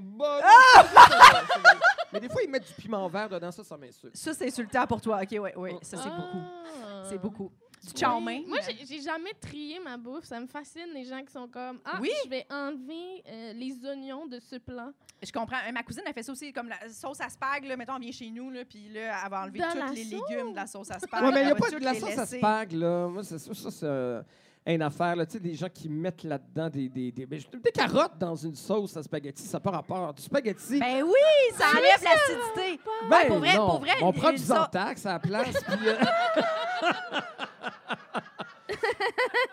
E: Bon, non, c'est ça, c'est vrai. Mais des fois ils mettent du piment vert dedans, ça ça m'insulte.
C: Ça, c'est insultant pour toi. OK, oui, oui. Ça, c'est beaucoup.
D: Ah.
C: C'est beaucoup. Du chow mein.
D: Oui. Moi, j'ai- j'ai jamais trié ma bouffe. Ça me fascine, les gens qui sont comme Ah,
C: Oui.
D: je vais enlever euh, les oignons de ce plan.
C: Je comprends. Euh, Ma cousine, elle fait ça aussi, comme la sauce à spag, là, mettons, elle vient chez nous, là, puis là, elle va enlever
D: Dans
C: tous
D: la
C: les
D: sauce.
C: légumes de la sauce à spag.
E: Ouais, mais il n'y
C: elle
E: a
C: va
E: pas
C: toutes
E: de la
C: les
E: sauce à
C: laisser.
E: spag là. Moi c'est ça, ça, c'est, euh, une affaire. Là. Tu sais, des gens qui mettent là-dedans des, des, des, ben, des carottes dans une sauce à spaghetti, ça n'a pas rapport. Du spaghetti.
C: Ben oui, ça enlève l'acidité.
E: Ben
C: pour vrai,
E: non.
C: pour vrai,
E: On
C: une-
E: prend
C: une
E: du
C: sau-
E: Zantac à la place. puis, euh,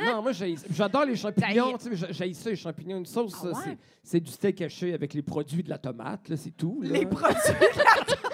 E: non, moi, j'ai- j'adore les champignons. tu sais, J'ai j'ai ça, les champignons. Une sauce,
C: Ah
E: ça,
C: ouais?
E: c'est- c'est du steak haché avec les produits de la tomate. là, C'est tout. là.
C: Les produits,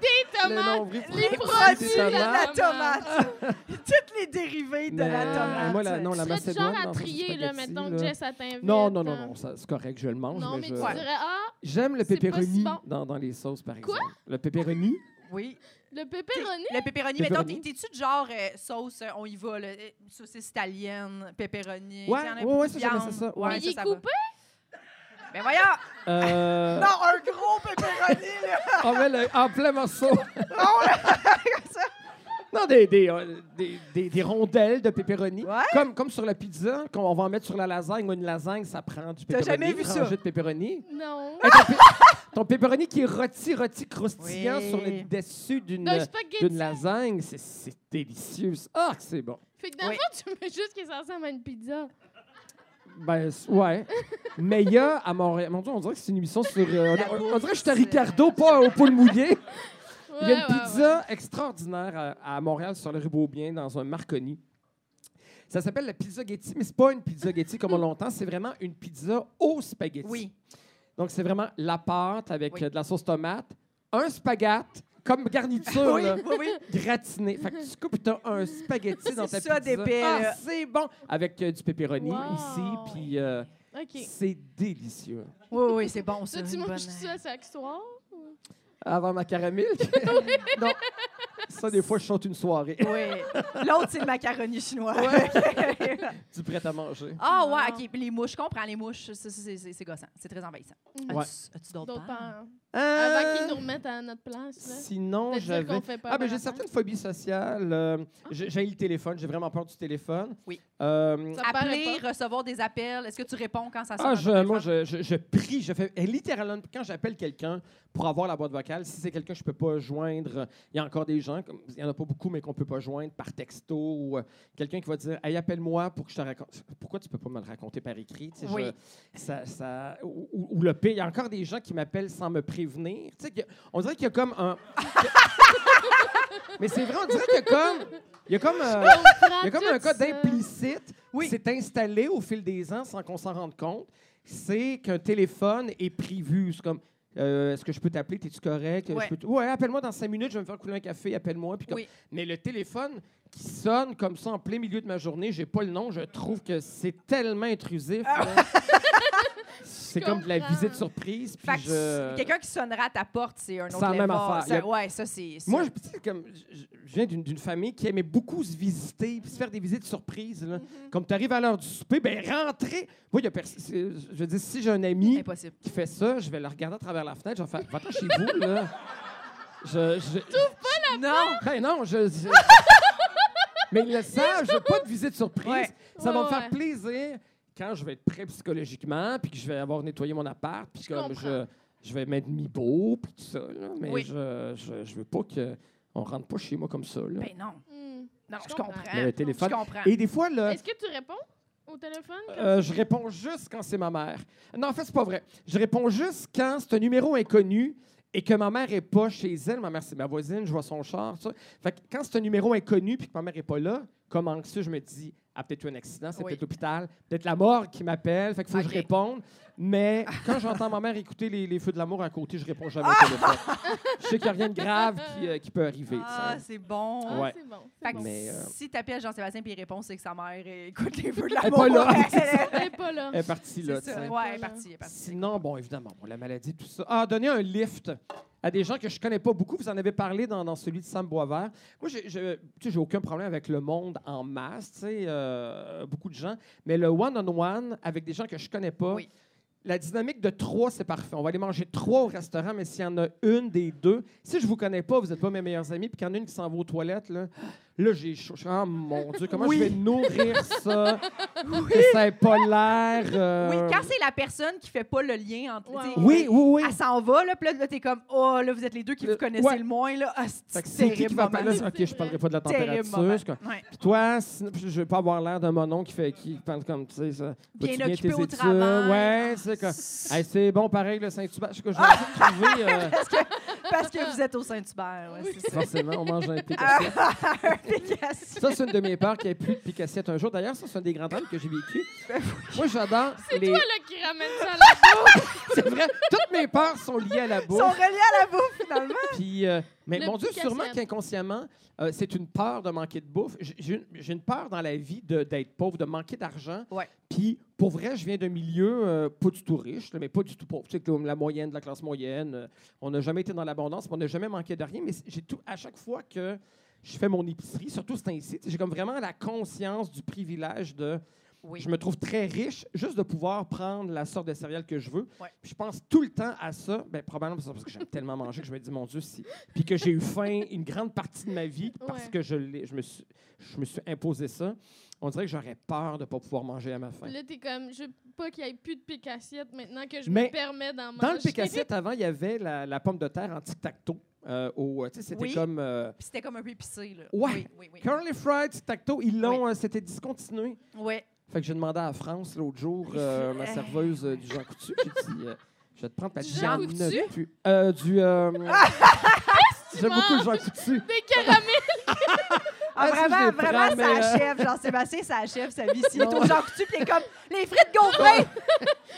D: Des
E: Le
D: tomates.
E: nombril,
C: les
E: produits
C: produits
E: des
C: de la
D: tomates.
E: Ah,
C: tomate. Toutes les dérivés de la
E: Mais, euh,
C: tomate.
E: moi, la- non, la
D: Tu serais du
E: Macédoine,
D: genre à
E: dans son
D: trier, là,
E: spaghetti,
D: mettons,
E: là.
D: Jess, à t'invite.
E: Non, non, non,
D: hein.
E: non, ça- c'est correct, je le mange.
D: Non,
E: mais
D: mais
E: je-
D: tu dirais, ah,
E: J'aime le
D: c'est pas
E: pepperoni
D: si bon.
E: dans, dans les sauces, par
D: Quoi?
E: exemple. Le pepperoni?
C: Oui.
D: le pepperoni.
C: Le pepperoni, mettons,
E: Pepperoni.
C: t'es- t'es-tu de genre euh, sauce, euh, on y va, là, euh, saucisse italienne, pepperoni.
E: Ouais,
C: il y en a
E: ouais,
C: beaucoup
E: ouais,
C: de
E: ça, j'aimais
C: viande.
E: ça, ça, ouais.
D: Mais
C: Ouais,
D: il
C: ça,
D: est
C: ça va.
D: coupé.
C: Ben voyons!
E: Euh,
C: Non, un gros pepperoni, là!
E: on met le- en plein morceau. Non, des, des, euh, des, des- des rondelles de pepperoni.
C: Ouais.
E: Comme, comme sur la pizza, qu'on on va en mettre sur la lasagne. Moi, Une lasagne, ça prend du pepperoni.
C: jamais vu
E: une
C: ça?
E: rangée de pepperoni.
D: Non.
E: Hey, ton, pe- ton pepperoni qui est rôti, rôti, croustillant
C: Oui.
E: sur le dessus d'une
D: D'un
E: d'une
D: spaghetti.
E: lasagne. C'est- C'est délicieux. Ah, que c'est bon.
D: Fait que dans le
C: Oui.
D: fond, tu veux juste qu'il ressemble à une pizza.
E: Ben, c- ouais. Mais il y a à Montréal. Mon Dieu, on dirait que c'est une émission sur. euh,
C: La
E: on- on,
C: bouffe,
E: dirait que je suis à
C: c'est-
E: Ricardo, pas au poule mouillé.
D: Ouais,
E: Il y a une
D: ouais,
E: pizza extraordinaire à, à Montréal sur le rue Beaubien, dans un Marconi. Ça s'appelle la pizza Getty, mais c'est pas une pizza Getty comme on l'entend, c'est vraiment une pizza au spaghetti.
C: Oui.
E: Donc c'est vraiment la pâte avec
C: Oui.
E: euh, de la sauce tomate, un spaghetti comme garniture
C: oui,
E: là,
C: oui, oui.
E: gratinée. Fait que tu coupes t'as un spaghetti dans ta
C: C'est ça,
E: pizza.
C: d'épais,
E: ah,
C: là.
E: c'est bon avec euh, du pepperoni
D: Wow.
E: ici puis euh,
D: ouais. OK.
E: c'est délicieux.
C: Oui, oui, c'est bon, ça.
D: Ça, tu
C: une
D: manges
C: bonne-
D: ça à chaque soir?
E: Avant ma caramel. non. Ça des fois je chante une soirée.
C: euh, Oui. L'autre, c'est le macaroni chinois.
E: tu es prête à manger.
C: Ah,
D: Non.
C: ouais, OK. puis Les mouches, je comprends, les mouches, ça, ça, c'est- c'est c'est gossant. C'est très envahissant.
D: Mhm.
E: Ouais.
C: As-tu as-tu d'autres
D: D'autres
C: peurs?
D: parents.
E: Euh,
D: Avant qu'ils nous remettent à notre place, là.
E: Sinon,
D: De dire
E: j'avais.
D: qu'on fait pas hein?
E: Ah, ben j'ai
D: mal
E: certaines phobies sociales. euh, j'ai j'ai le téléphone, j'ai vraiment peur du téléphone.
C: Oui.
E: Euh,
D: Ça me paraît
C: Appeler,
D: pas.
C: recevoir des appels, est-ce que tu réponds quand ça sonne?
E: ah,
C: dans ton
E: je, moi,
C: téléphone?
E: je, je- je prie, je fais et littéralement quand j'appelle quelqu'un pour avoir la boîte vocale. Si c'est quelqu'un que je peux pas joindre, il y a encore des gens, comme- il y en a pas beaucoup, mais qu'on peut pas joindre par texto ou euh, quelqu'un qui va dire, hey, appelle-moi pour que je te raconte. Pourquoi tu peux pas me le raconter par écrit Tu sais,
C: Oui.
E: je- ça, ça- ou, ou- ou le pire, il y a encore des gens qui m'appellent sans me prévenir. Tu sais, qu'il y a- on dirait qu'il y a comme un. mais c'est vrai, on dirait qu'il y a comme, il y a comme. euh, il y a comme un cas d'implicite
C: Oui.
E: qui s'est installé au fil des ans sans qu'on s'en rende compte. C'est qu'un téléphone est prévu. C'est comme, euh, est-ce que je peux t'appeler? T'es-tu correct?
C: Ouais.
E: Je peux t- ouais, appelle-moi dans cinq minutes, je vais me faire couler un café, appelle-moi. Puis comme-
C: Oui.
E: Mais le téléphone qui sonne comme ça en plein milieu de ma journée, j'ai pas le nom, je trouve que c'est tellement intrusif.
C: Ah.
E: là. c'est comme de la
D: comprends.
E: visite surprise. puis
C: Fait que
E: je-
C: quelqu'un qui sonnera à ta porte, c'est un autre
E: C'est la même
C: level.
E: affaire.
C: Ça-
E: Il y a-
C: Ouais, ça, c'est... ça.
E: Moi, je, tu sais, comme, je- je viens d'une d'une famille qui aimait beaucoup se visiter puis se faire des visites surprises. là.
C: Mm-hmm.
E: Comme tu arrives à l'heure du souper, ben rentrez. Moi, il y a personne. Je veux dire, si j'ai un ami
C: Impossible.
E: qui fait ça, je vais le regarder à travers la fenêtre. Je vais faire Va-t'en chez vous, là. Je. je
C: Non!
E: ben non, je. je- Mais ils le savent, je veux pas de visite surprise.
C: Ouais.
E: Ça va
D: Ouais,
E: me faire
D: ouais.
E: plaisir quand je vais être prêt psychologiquement puis que je vais avoir nettoyé mon appart puis
D: Je
E: comme
D: comprends.
E: je. Je vais m'être mis beau, puis tout ça, là. mais
C: Oui.
E: je, je, je veux pas que on rentre pas chez moi comme ça. Là.
C: Ben non. Non,
D: Je
C: je
D: comprends.
C: comprends.
E: le téléphone.
C: Je comprends.
E: Et des fois, là,
D: Hmm. Est-ce que tu réponds au téléphone? quand
E: euh, je réponds juste quand c'est ma mère. Non, en fait, c'est pas vrai. Je réponds juste quand c'est un numéro inconnu et que ma mère est pas chez elle. Ma mère, c'est ma voisine, je vois son char, tout ça. Fait que quand c'est un numéro inconnu puis que ma mère est pas là, comme anxieux, je me dis, ah, peut-être eu un accident, c'est
C: Oui.
E: peut-être l'hôpital, peut-être la mort qui m'appelle, fait qu'il faut
C: Ok.
E: que je réponde. Mais quand j'entends ma mère écouter les, les feux de l'amour à côté, je réponds jamais au téléphone. je sais qu'il n'y a rien de grave qui, euh, qui peut arriver.
C: Ah,
E: tu sais.
C: c'est bon.
D: Ah,
E: ouais.
D: c'est bon. c'est
C: Fait que
D: bon.
E: Mais, euh,
C: si t'appelles Jean-Sébastien puis il répond, c'est que sa mère euh, écoute les vœux de
E: Elle est
C: l'amour.
E: pas là.
D: Elle est pas là.
E: Elle est partie
C: C'est
E: là. tu sais.
C: ça. Ouais, elle est partie, elle est partie.
E: Sinon, bon, évidemment, bon, la maladie, tout ça. Ah, donner un lift à des gens que je connais pas beaucoup. Vous en avez parlé dans, dans celui de Sam Boisvert. Moi, j'ai- je- tu sais, j'ai aucun problème avec le monde en masse, tu sais, euh, beaucoup de gens. Mais le one-on-one avec des gens que je connais pas,
C: Oui.
E: la dynamique de trois, c'est parfait. On va aller manger trois au restaurant, mais s'il y en a une des deux, si je vous connais pas, vous n'êtes pas mes meilleurs amis, puis qu'il y en a une qui s'en va aux toilettes, là, Là, j'ai chaud. Je suis, Ah, mon Dieu, comment
C: Oui.
E: je vais nourrir ça? Que ça ait pas l'air. euh,
C: Oui, quand c'est la personne qui fait pas le lien entre.
D: Ouais,
C: tu sais,
D: ouais.
E: oui, oui, oui.
C: Elle s'en va, là, puis là, là, t'es comme, oh, là, vous êtes les deux qui
E: Le-
C: vous connaissez
E: ouais.
C: le moins, là. Ah, c'est
E: Fait que c'est
C: terrible
E: qui qui va
C: moment.
E: parler? Ok, je parlerai pas de la
C: Terrible
E: température.
C: moment.
E: c'est quoi.
C: Ouais.
E: Puis toi, sinon, puis je vais pas avoir l'air d'un monon qui fait qui parle comme tu sais ça.
C: Bien
E: Vas-tu
C: occupé
E: tes
C: au
E: études?
C: travail. Ah.
E: Ouais, c'est quoi. Hey, c'est bon, pareil le Saint-Hubert. Je sais que je vais essayer de trouver. euh,
C: Parce que vous êtes au Saint-Hubert, ouais, c'est ça.
E: forcément, on mange un pic
C: Ah, un Picasso.
E: Ça, c'est une de mes peurs qu'il n'y ait plus de pic assiette un jour. D'ailleurs, ça, c'est un des grands drames que j'ai vécu.
C: Ben
E: Moi, j'adore
D: C'est
E: les.
D: toi là qui ramène ça à la
E: C'est vrai. Toutes mes peurs sont liées à la
C: Ils
E: bouffe.
C: sont reliés à la bouffe, finalement.
E: Puis, euh, mais
D: Le
E: mon Dieu,
D: pic
E: sûrement
D: assiette.
E: qu'inconsciemment, euh, c'est une peur de manquer de bouffe. J'ai- J'ai une- j'ai une peur dans la vie de- d'être pauvre, de manquer d'argent.
C: Ouais.
E: Puis, pour vrai, je viens d'un milieu euh, pas du tout riche, là, mais pas du tout pauvre. Tu sais, comme la moyenne de la classe moyenne. euh, on n'a jamais été dans l'abondance, mais on n'a jamais manqué de rien. Mais c'est- j'ai tout, à chaque fois que je fais mon épicerie, surtout c'est ainsi, j'ai comme vraiment la conscience du privilège de.
C: Oui.
E: Je me trouve très riche juste de pouvoir prendre la sorte de céréales que je veux.
C: Ouais.
E: Puis je pense tout le temps à ça. Ben, probablement c'est parce que j'aime tellement manger que je me dis, mon Dieu, si. Puis que j'ai eu faim une grande partie de ma vie parce
D: Ouais.
E: que je, l'ai- je, me suis, je me suis imposé ça. On dirait que j'aurais peur de ne pas pouvoir manger à ma faim.
D: Puis là, t'es comme, je veux pas qu'il y ait plus de pic assiette maintenant que je
E: Mais
D: me permets d'en manger.
E: Dans le picassiette, avant, il y avait la, la pomme de terre en tic-tac-toe. Euh, au- tu sais, c'était
C: Oui.
E: comme. euh,
C: Puis c'était comme un peu épicé, là.
E: Ouais.
C: Oui, oui, oui.
E: Curly Fried Tic-Tac-Toe, ils l'ont. euh, c'était discontinué.
C: Ouais.
E: Fait que j'ai demandé à France l'autre jour, euh, ma serveuse euh, du Jean Coutu, j'ai dit euh, Je vais te prendre ta
D: Du
E: vie,
D: Jean
E: j'en ai
D: Coutu?
E: plus. Euh, du. euh, J'aime beaucoup le Jean Coutu.
D: Des caramels!
C: Ah,
E: Ah, ça, je
C: vraiment,
E: les
C: vraiment,
E: prends, mais,
C: ça
E: euh,
C: achève. Jean-Sébastien, ça achève sa vie. S'il est
E: Non.
C: au Jean Coutu, puis il est comme les frites gaufrées.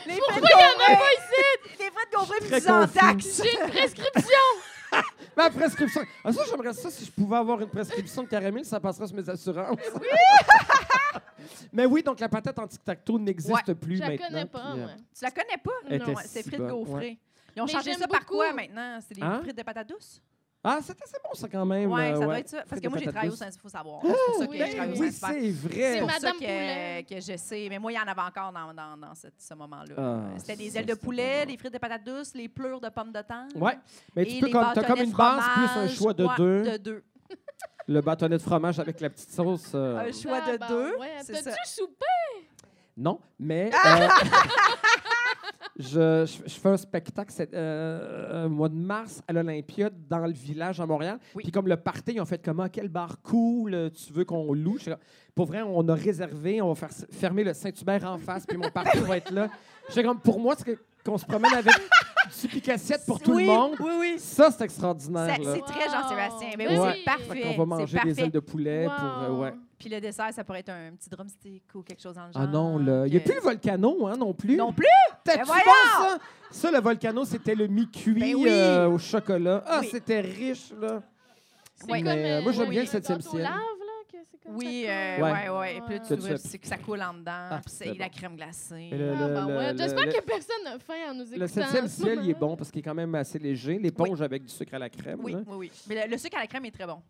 C: les frites gaufrées. Les frites gaufrées,
E: suis
C: puis
E: très
C: ils en
E: confus.
C: taxe.
D: J'ai une prescription!
E: Ma prescription. Ah, ça, j'aimerais ça si je pouvais avoir une prescription de caramel, ça passerait sur mes assurances. Mais oui, donc la patate en tic-tac-toe n'existe plus
D: Je la
E: maintenant.
D: connais pas,
E: puis, euh,
D: moi.
C: Tu la connais pas?
E: Elle était
C: ouais, c'est
E: si
C: frites
E: bonne,
C: gaufrées.
E: ouais.
C: Ils ont
D: Mais
C: changé
D: j'aime
C: ça par quoi
D: beaucoup.
C: maintenant? C'est des
E: Hein?
C: frites de patates douces?
E: Ah, c'était c'est bon, ça, quand même.
C: ouais,
E: euh,
C: ça doit être ça. Parce
E: Frites
C: que
E: de
C: moi, j'ai
E: patates
C: travaillé au
E: douces.
C: Saint-Sébastien, il faut savoir. C'est pour ça que
D: oui.
C: j'ai travaillé au
E: Ben oui,
C: Saint-Sébastien. C'est
E: c'est vrai.
D: C'est
C: pour ça
D: Madame
C: que,
D: Poulet.
C: que je sais. Mais moi, il y en avait encore dans, dans, dans ce, ce moment-là.
E: Ah,
C: C'était des
E: ça,
C: ailes de
E: c'était
C: poulet,
E: bon.
C: des frites de patates douces, les pleurs de pommes de terre.
E: Ouais, mais tu
C: Et
E: peux
C: les
E: comme, t'as comme
C: bâtonnets
E: une base plus un
C: fromage,
E: choix de
C: ouais,
E: deux.
C: De deux.
E: Le bâtonnet de fromage avec la petite sauce. euh,
C: Un choix de
D: Ah, bah
C: deux.
D: ouais.
C: c'est ça.
D: T'as-tu soupé?
E: Non, mais euh, je, je- je fais un spectacle c'est, euh, au mois de mars à l'Olympia dans le village à Montréal.
C: Oui.
E: Puis comme le party, ils ont fait comment quel bar cool euh, tu veux qu'on loue Je suis là, Pour vrai, on a réservé, on va faire fermer le Saint-Hubert en face puis mon party va être là. Je fais comme pour moi c'est que- qu'on se promène avec du picassiette pour tout
C: Oui,
E: le monde.
C: Oui, oui.
E: Ça c'est
C: Ça,
E: extraordinaire là.
C: C'est très
D: Wow.
C: Jean-Sébastien. Mais
D: Ben
C: oui,
E: oui.
C: c'est
E: Fait
C: parfait.
E: qu'on va manger
C: c'est
E: des ailes
C: parfait.
E: de poulet pour euh,
D: Wow.
E: ouais.
C: Puis le dessert, ça pourrait être un petit drumstick ou quelque chose dans le genre.
E: Ah non, là, il n'y a
C: que-
E: plus le volcano hein, non plus.
C: Non plus!
E: T'as-tu
C: Ben
E: bon,
C: voyons!
E: ça? Ça, le volcano, c'était le mi-cuit
C: Ben oui.
E: euh, au chocolat. Ah,
C: Oui.
E: c'était riche, là.
D: C'est
C: Ouais.
D: comme,
E: Mais, euh, moi, j'aime
D: oui,
E: bien le
D: un
E: septième
D: gâteau
E: ciel.
D: lave, là, que c'est comme
C: Oui,
D: ça Ah.
C: euh,
D: colle.
E: Ouais.
C: ouais, ouais. Et puis là,
D: Ouais.
C: tu
E: Ça, tu
C: vois,
E: fais-
C: c'est que ça coule en dedans.
E: Ah,
C: puis c'est
E: c'est
C: la
E: bon.
C: crème glacée.
E: Et le-
D: Ah, bah
E: le-
D: ouais.
E: le-
D: J'espère
E: le-
D: que personne n'a faim en nous écoutant.
E: Le
D: en
E: septième
D: ce
E: ciel, il est
D: moment.
E: bon parce qu'il est quand même assez léger. L'éponge avec du sucre à la crème.
C: Oui,
E: là.
C: oui, oui. Mais le, le sucre à la crème est très bon.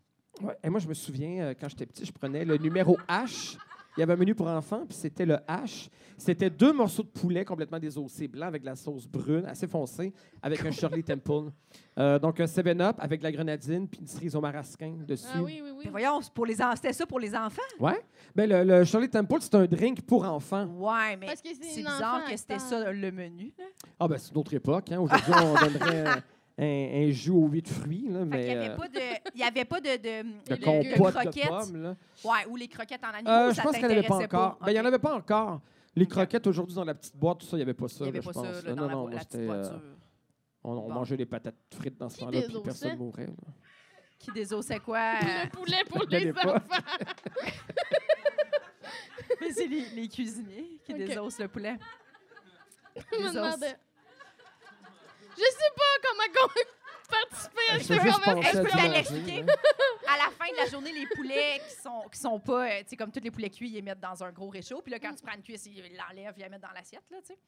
E: Ouais. Et moi, je me souviens, euh, quand j'étais petit, je prenais le numéro H. Il y avait un menu pour enfants, puis c'était le H. C'était deux morceaux de poulet complètement désossés, blancs, avec de la sauce brune, assez foncée, avec un Shirley Temple. Euh, donc, un 7-Up avec de la grenadine, puis une cerise au marasquin dessus.
D: Ah oui, oui, oui.
C: Mais voyons, c'est pour les en- c'était ça pour les enfants?
E: Ouais. Ben, le, le Shirley Temple, c'est un drink pour enfants.
C: Ouais, mais
D: Parce que c'est
C: c'est
D: une
C: bizarre
D: enfant
C: que c'était
D: acteur.
C: ça le menu.
E: Ah, ben, c'est une autre époque. Hein. Aujourd'hui, on donnerait un, un- un jus aux huit fruits, là,
C: Fait
E: mais.
C: qu'il n'y
E: euh,
C: avait pas de, il y avait pas de, de,
E: de
D: de
E: compote de
C: croquettes.
E: pommes, là.
C: ouais, ou les croquettes en animaux,
E: Euh, je
C: ça
E: pense qu'il n'y en avait pas
C: t'intéressait pas.
E: encore. Ben, il n'y en
C: Ok.
E: avait pas encore. Les
C: Ok.
E: croquettes aujourd'hui dans la petite boîte, tout ça, il n'y avait pas ça.
C: Il y avait
E: là,
C: pas
E: je pense,
C: ça là,
E: là.
C: dans la,
E: non, non,
C: la
E: moi,
C: petite
E: c'était, euh,
C: voiture.
E: on, on
C: Bon.
E: mangeait des patates frites dans ce
D: Qui
E: temps-là, puis
D: désossait?
E: personne mourait. là.
C: Qui désossait quoi? euh,
D: Le poulet pour
E: De
D: les
E: l'époque.
D: enfants.
C: Mais c'est les, les cuisiniers qui
D: Ok.
C: désossent le poulet.
D: Je me
C: Les os.
D: demandais. Je sais pas comment qu'on- participer à
E: Je
D: cette
E: fais juste penser à
D: conversation.
C: Est-ce que
E: ça,
C: t'as
E: là,
C: l'expliqué?
E: tu sais,
C: À la fin de la journée, les poulets qui sont, qui sont pas, euh, tu sais, comme tous les poulets cuits, ils les mettent dans un gros réchaud. Puis là,
D: Mm.
C: quand tu prends une cuisse, ils l'enlèvent, ils la mettent dans l'assiette, là, tu sais.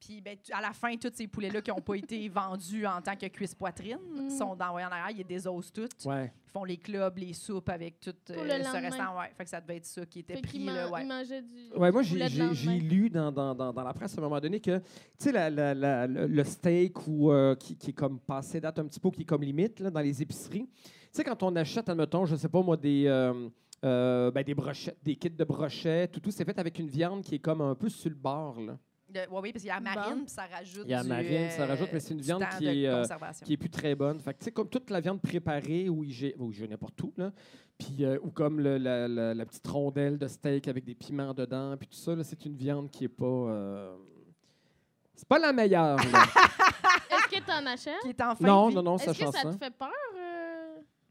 C: Puis ben, tu- à la fin, tous ces poulets-là qui n'ont pas été vendus en tant que cuisse poitrine
D: Mm.
C: sont envoyés en arrière, ils les désossent toutes.
E: là. Ouais.
C: Ils font les clubs, les soupes avec tout euh,
D: Pour le
C: ce
D: lendemain.
C: restant. Ouais. Fait que ça devait être ça qui était
D: Fait
C: pris,
D: qu'il man-
C: là, ouais.
D: il mangeait du.
E: Ouais, moi,
D: poulet
E: j'ai-
D: de
E: j'ai j'ai
D: lendemain.
E: lu dans, dans, dans, dans la presse à un moment donné que, tu sais, la- la- la- le, le steak ou, euh, qui, qui est comme passé date un petit peu, qui est comme limite là, dans les épiceries. Tu sais, quand on achète, admettons, je sais pas moi, des, euh, euh, ben, des brochettes, des kits de brochettes. Toutou, c'est fait avec une viande qui est comme un peu sur le bord, là.
C: oui, oui, parce qu'il y a la marine, puis ça rajoute.
E: Il y a la
C: du,
E: marine, ça
C: euh,
E: rajoute, mais c'est une
C: du
E: viande
C: temps
E: qui
C: de
E: est, euh,
C: conservation.
E: qui est plus très bonne. Fait que, tu sais, comme toute la viande préparée ou IG, ou IG n'importe où, là, puis, euh, ou comme le- la, la- la petite rondelle de steak avec des piments dedans, puis tout ça, là, c'est une viande qui est pas. euh, C'est pas la meilleure. là.
D: Est-ce que t'en achètes?
C: Qui est en fin de
E: non,
C: vie.
E: non, non, ça
D: Est-ce que
E: change
D: ça
E: ça.
D: te fait peur, euh,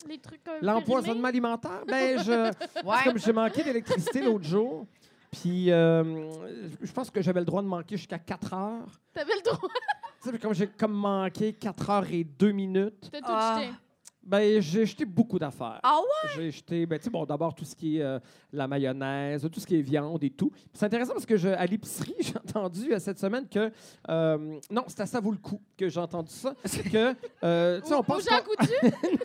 D: les trucs comme
E: L'empoisonnement alimentaire, ben, je.
C: Ouais.
E: Comme j'ai manqué d'électricité l'autre jour, puis euh, je pense que j'avais le droit de manquer jusqu'à 4 heures.
D: T'avais le droit
E: Tu sais, comme j'ai comme manqué 4 heures et 2 minutes,
D: de tout
C: Ah.
D: jeter.
E: ben j'ai jeté beaucoup d'affaires.
C: Ah ouais?
E: J'ai jeté, ben, tu sais, bon, d'abord tout ce qui est euh, la mayonnaise, tout ce qui est viande et tout. Puis C'est intéressant parce que je- à l'épicerie, j'ai entendu euh, cette semaine que. euh, non, c'était à ça vaut le coup que j'ai entendu ça. que, euh, tu sais,
D: Au-
E: on
D: au
E: pense
D: Jean
E: qu'on
D: Coutu?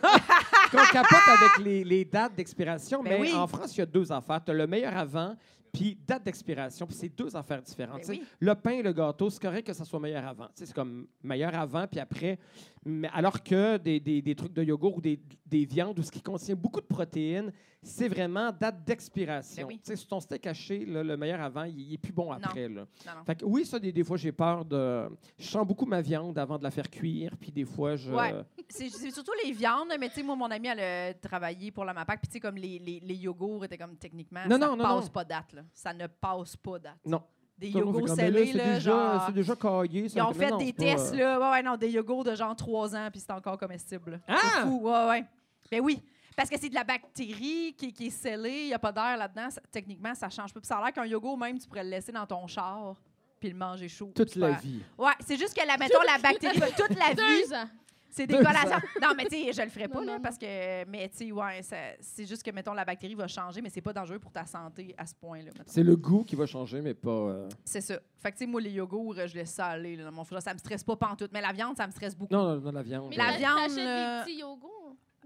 E: qu'on capote avec les, les dates d'expiration,
C: Ben
E: mais
C: oui.
E: en France, il y a deux affaires. Tu as le meilleur avant, puis date d'expiration, puis c'est deux affaires différentes.
C: Ben
E: Tu sais,
C: oui.
E: Le pain et le gâteau, c'est correct que ça soit meilleur avant. Tu sais, C'est comme meilleur avant, puis après. Mais alors que des, des- des trucs de yogourt ou des, des viandes ou ce qui contient beaucoup de protéines, c'est vraiment date d'expiration.
C: Ben oui.
E: Tu sais, Si ton steak haché, là, le meilleur avant, il il est plus bon après. là.
C: Non, non.
E: Fait que oui, ça, des, des fois, j'ai peur de. Je sens beaucoup ma viande avant de la faire cuire, puis des fois, je.
C: Ouais. C'est c'est surtout les viandes, mais tu sais, moi, mon ami, elle a travaillé pour la MAPAC, puis tu sais, comme les, les, les yogourts étaient comme techniquement,
E: Non,
C: ça
E: non, non,
C: passe
E: non.
C: pas date, là. Ça ne passe pas date.
E: Non.
C: Des
E: Tout le monde fait
C: yogourts
E: comme, ben là,
C: scellés,
E: c'est
C: là,
E: déjà-
C: genre.
E: C'est déjà caillé.
C: Ils ont fait des tests,
E: euh.
C: là. Ouais, ouais, non, des yogourts de genre 3 ans, puis c'est encore comestible. là. C'est
E: Ah!
C: fou, ouais, ouais. Ben oui. Parce que c'est de la bactérie qui, qui est scellée, il n'y a pas d'air là-dedans. Ça- Techniquement, ça change pas. Puis ça a l'air qu'un yogourt, même, tu pourrais le laisser dans ton char, puis le manger chaud.
E: Toute
C: puis
E: la
C: faire-
E: vie.
C: Ouais, c'est juste que, la, mettons, la bactérie, toute la vie,
D: Deux ans.
C: c'est
E: Deux
C: dégueulasse. Non, mais tu sais, je le ferai pas,
D: Non,
C: là,
D: non,
C: parce que, mais tu sais, ouais, ça- c'est juste que, mettons, la bactérie va changer, mais c'est pas dangereux pour ta santé à ce point-là. mettons.
E: C'est le goût qui va changer, mais pas. euh,
C: C'est ça. Fait que, tu sais, moi, les yogourts, euh, je laisse ça aller, là, dans mon frigo. Ça me stresse pas pantoute, mais la viande, ça me stresse beaucoup.
E: Non, non, non, la viande.
D: Mais
C: La
E: euh,
D: t'a-
C: viande,
D: t'achètes
C: là.
D: des petits yogourts.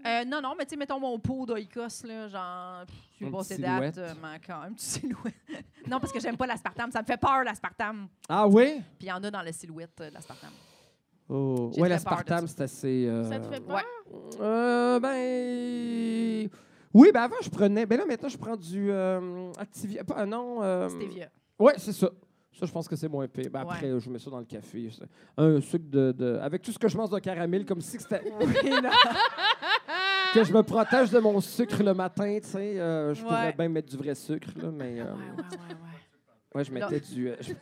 C: Euh, non, non, mais tu sais, mettons mon pot d'oikos, là, genre, pff, je
E: Une
C: sais pas,
E: petite
C: c'est date,
E: silhouette.
C: euh, mais quand même, tu silhouette. non, parce que j'aime pas l'aspartame, ça me fait peur, l'aspartame.
E: Ah oui?
C: Puis il y en a dans la silhouette, euh, de l'aspartame.
E: Oh.
C: J'ai très
E: Ouais,
C: peur
E: l'aspartame,
C: de
E: c'est assez. euh,
D: Ça te fait peur?
C: ouais.
E: euh, ben. Oui, ben avant, je prenais. Ben là, maintenant, je prends du. euh, Activia. Pas, non. euh,
C: Stevia.
E: Ouais, c'est ça. Ça, je pense que c'est moins pire. Ben, après, je mets ça dans le café. c'est- Un sucre de, de- Avec tout ce que je mange de caramel, comme si que c'était. que je me protège de mon sucre le matin, tu sais. euh, je pourrais
C: Ouais.
E: bien mettre du vrai sucre, là, mais. euh,
C: Ouais, ouais, ouais, ouais.
E: Ouais, je
C: Là-
E: mettais du, euh, je,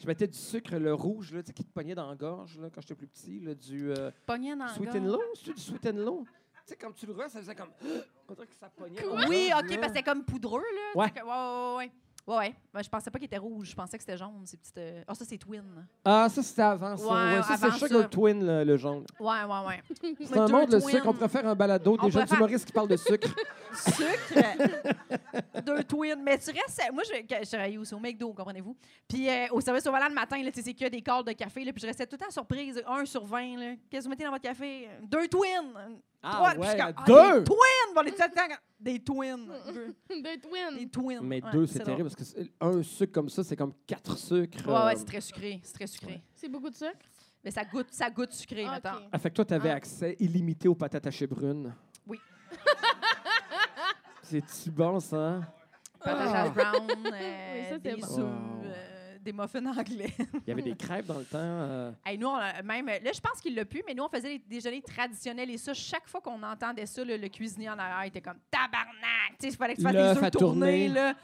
E: je mettais du sucre, le rouge, là, tu sais, qui te pognait dans la gorge, là, quand j'étais plus petit, là, du euh,
C: Pognée dans la
E: sweet and
C: gorge.
E: low, c'est du sweet and low. Tu sais, quand tu le roses, ça faisait comme, on dirait que ça pognait. dans la
C: Oui,
E: gorge,
C: OK,
E: là.
C: parce que c'était comme poudreux, là.
E: Ouais.
C: Fait que- ouais, ouais, ouais. Ouais, ouais. Ben, je pensais pas qu'il était rouge, je pensais que c'était jaune, ces petites. euh, Ah, ça, c'est twin.
E: Ah, ça c'était avant ça.
C: Ouais,
E: Ouais, ça c'est
C: avant
E: Sugar
C: ça.
E: Twin, le, le jaune.
C: Ouais, ouais, ouais.
E: C'est un monde le
C: Twin.
E: sucre. On pourrait faire un balado
C: On
E: des jeunes
C: pourrait faire-
E: humoristes qui parlent de sucre.
C: sucre. euh, deux twins. Mais tu restes. Moi, je, que- je travaillais aussi au McDo, comprenez-vous. Puis euh, au service au volant le matin, là, tu sais, c'est que des cordes de café. Là, puis je restais tout le temps surprise. Un sur 20. là. Qu'est-ce que vous mettez dans votre café? Deux twins. Trois.
E: Ah
C: Puis je suis
E: ouais,
C: comme, ah,
E: deux.
C: Des twins! On est tout le temps comme, Des twins. Deux.
D: Des
C: Des
D: twins.
C: twins.
E: Mais
C: Ouais,
E: deux, c'est
C: drôle.
E: terrible parce que c'est- un sucre comme ça, c'est comme quatre sucres.
C: Ouais, ouais,
E: euh,
C: c'est très sucré. C'est très sucré.
D: C'est beaucoup de sucre.
C: Mais ça goûte, ça goûte sucré,
D: Ah,
C: maintenant.
D: ok.
E: Ah, fait que toi, t'avais
C: Ah.
E: accès illimité aux patates hachées brunes.
C: Oui.
E: C'est-tu bon, ça?
C: Patatas brown, euh,
D: Ah. Oui, ça, c'est
C: des
D: bon.
C: œufs,
E: Wow.
C: euh, des muffins anglais.
E: Il y avait des crêpes dans le temps. euh,
C: Hey, nous, on a- même, euh, là, je pense qu'il l'a pu, mais nous, on faisait les déjeuners traditionnels et ça, chaque fois qu'on entendait ça, le, le cuisinier en arrière était comme tabarnak. Tu sais, il fallait que tu fasses
E: L'œuf
C: des
E: à
C: œufs tournés,
E: tourner.
C: là.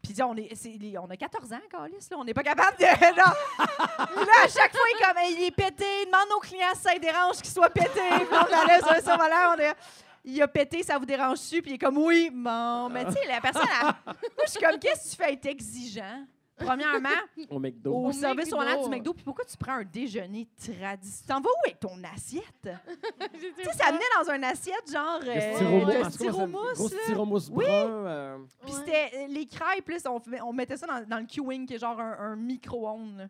C: Puis dis, on, est, c'est- les- on a 14 ans, Calis, là. On n'est pas capable de. Non. Puis là, à chaque fois, il est comme, Hey, il est pété. Il demande aux clients si ça les dérange qu'il soit pété. Puis on allait sur le survolant, on est- Il a pété, ça vous dérange-tu? Puis il est comme, oui, bon. Mais tu sais, la personne, elle- moi, je suis comme, qu'est-ce que tu fais? être exigeant. Premièrement,
E: au McDo.
C: au
D: Au
C: service au volant
D: McDo.
C: du McDo, puis pourquoi tu prends un déjeuner traditionnel? T'en vas où avec ton assiette?
D: J'ai dit,
C: tu sais, ça venait dans une assiette genre
E: Le
C: euh,
E: styromousse,
C: de
E: parce que moi, ça- Gros
C: styromousse, là.
E: styromousse
C: Oui.
E: brun. euh,
C: Puis
D: ouais.
C: c'était euh, les crêpes, là, on, fait- on mettait ça dans, dans le queuing, qui est genre un, un micro-ondes. là.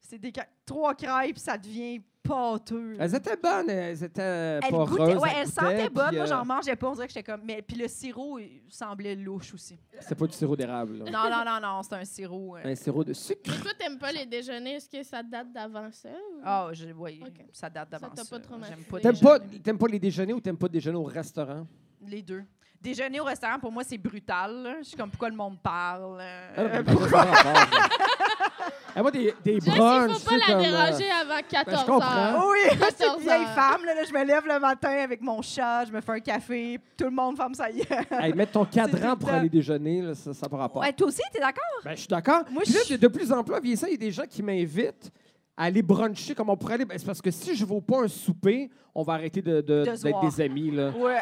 C: C'est des cra- trois crêpes, ça devient pâteux.
E: Elles étaient bonnes, elles étaient
C: Elle
E: poreuses.
C: goûtait, ouais, elle
E: goûtaient,
C: sentait bonne.
E: puis,
C: Moi,
E: euh,
C: j'en mangeais pas. On dirait que j'étais comme. Mais puis le sirop il semblait louche aussi.
E: C'était euh, pas du sirop d'érable. là.
C: Non, non, non, non, c'est un sirop. euh.
E: Un sirop de sucre.
D: Mais toi, t'aimes pas les déjeuners. Est-ce que ça date d'avant ça? ou-
C: Ah, je- oui,
D: Ok.
C: ça date
D: Ça
C: d'avance.
D: t'a pas
C: là. J'aime
D: traumatisé.
C: pas
E: T'aimes
C: les
E: pas,
C: déjeuners.
E: t'aimes pas les déjeuners ou t'aimes pas déjeuner au restaurant?
C: Les deux. Déjeuner au restaurant, pour moi, c'est brutal. là. Je suis comme, pourquoi le monde parle? euh,
E: Elle, elle, elle, elle, elle voit Eh, des, des
D: Jess, il
E: brunchs,
D: faut
E: tu
D: pas
E: sais,
D: la
E: comme, euh,
D: déranger avant 14
E: comprends.
D: heures.
C: Ah Oui, c'est une
D: 14
C: vieille
D: heures.
C: femme. Là, là, je me lève le matin avec mon chat, je me fais un café, tout le monde ferme sa gueule.
E: Hey, mettre ton cadran
C: tout
E: pour
C: le temps.
E: aller déjeuner, là, ça n'a pas rapport.
C: Ouais, toi aussi, t'es d'accord?
E: Ben, je suis d'accord.
C: Moi,
E: Puis là,
C: je-
E: de- de plus en plus, en vieillissant, il y a des gens qui m'invitent à aller bruncher comme on pourrait aller. Ben, c'est parce que si je ne vaux pas un souper, on va arrêter de, de-
C: De se
E: d'être
C: voir.
E: des amis. Là.
C: Ouais.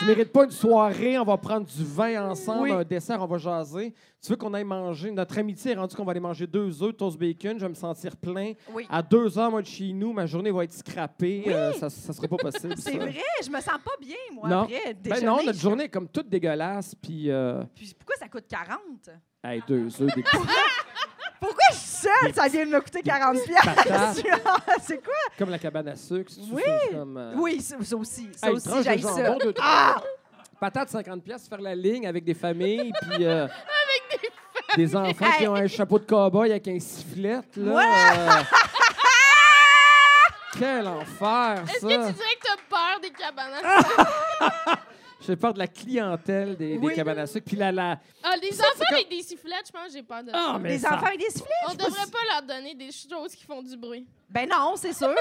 E: Je mérite pas une soirée, on va prendre du vin ensemble,
C: Oui.
E: un dessert, on va jaser. Tu veux qu'on aille manger? Notre amitié est rendue qu'on va aller manger deux œufs, toast bacon, je vais me sentir plein.
C: Oui.
E: À deux heures, moi, de chez nous, ma journée va être scrappée. Euh, ça ne sera pas possible.
C: C'est
E: ça.
C: vrai, je me sens pas bien, moi,
E: Non.
C: après.
E: Ben
C: déjeuner.
E: non, notre journée est comme toute dégueulasse, puis euh,
C: Puis pourquoi ça coûte 40?
E: hey, deux œufs, des petits
C: Pourquoi je suis seule? Ça vient de me coûter 40
E: patates.
C: piastres. Ah, c'est quoi?
E: Comme la cabane à sucre. si tu
C: Oui.
E: fais Comme, euh,
C: Oui, ça, ça aussi. Ça
E: hey, une
C: aussi,
E: tranche de
C: j'haïs
E: jambon,
C: ça.
E: deux, trois.
C: Ah!
E: Patate, 50 pièces faire la ligne avec des familles, puis... euh, des enfants qui ont un chapeau de cow-boy avec un sifflet, là. euh, quel enfer,
D: Est-ce que
E: ça! Ah!
D: tu dirais que t'as peur des cabanes à sucre?
E: J'ai peur de la clientèle des, des
C: Oui.
E: cabanes à sucre. Puis la... la...
D: Ah, les enfants avec des sifflettes, je pense que j'ai peur de ça.
E: mais
C: Les
E: ça-
C: enfants et des sifflets?
D: On devrait pas leur donner des choses qui font du bruit.
C: Ben non, c'est sûr.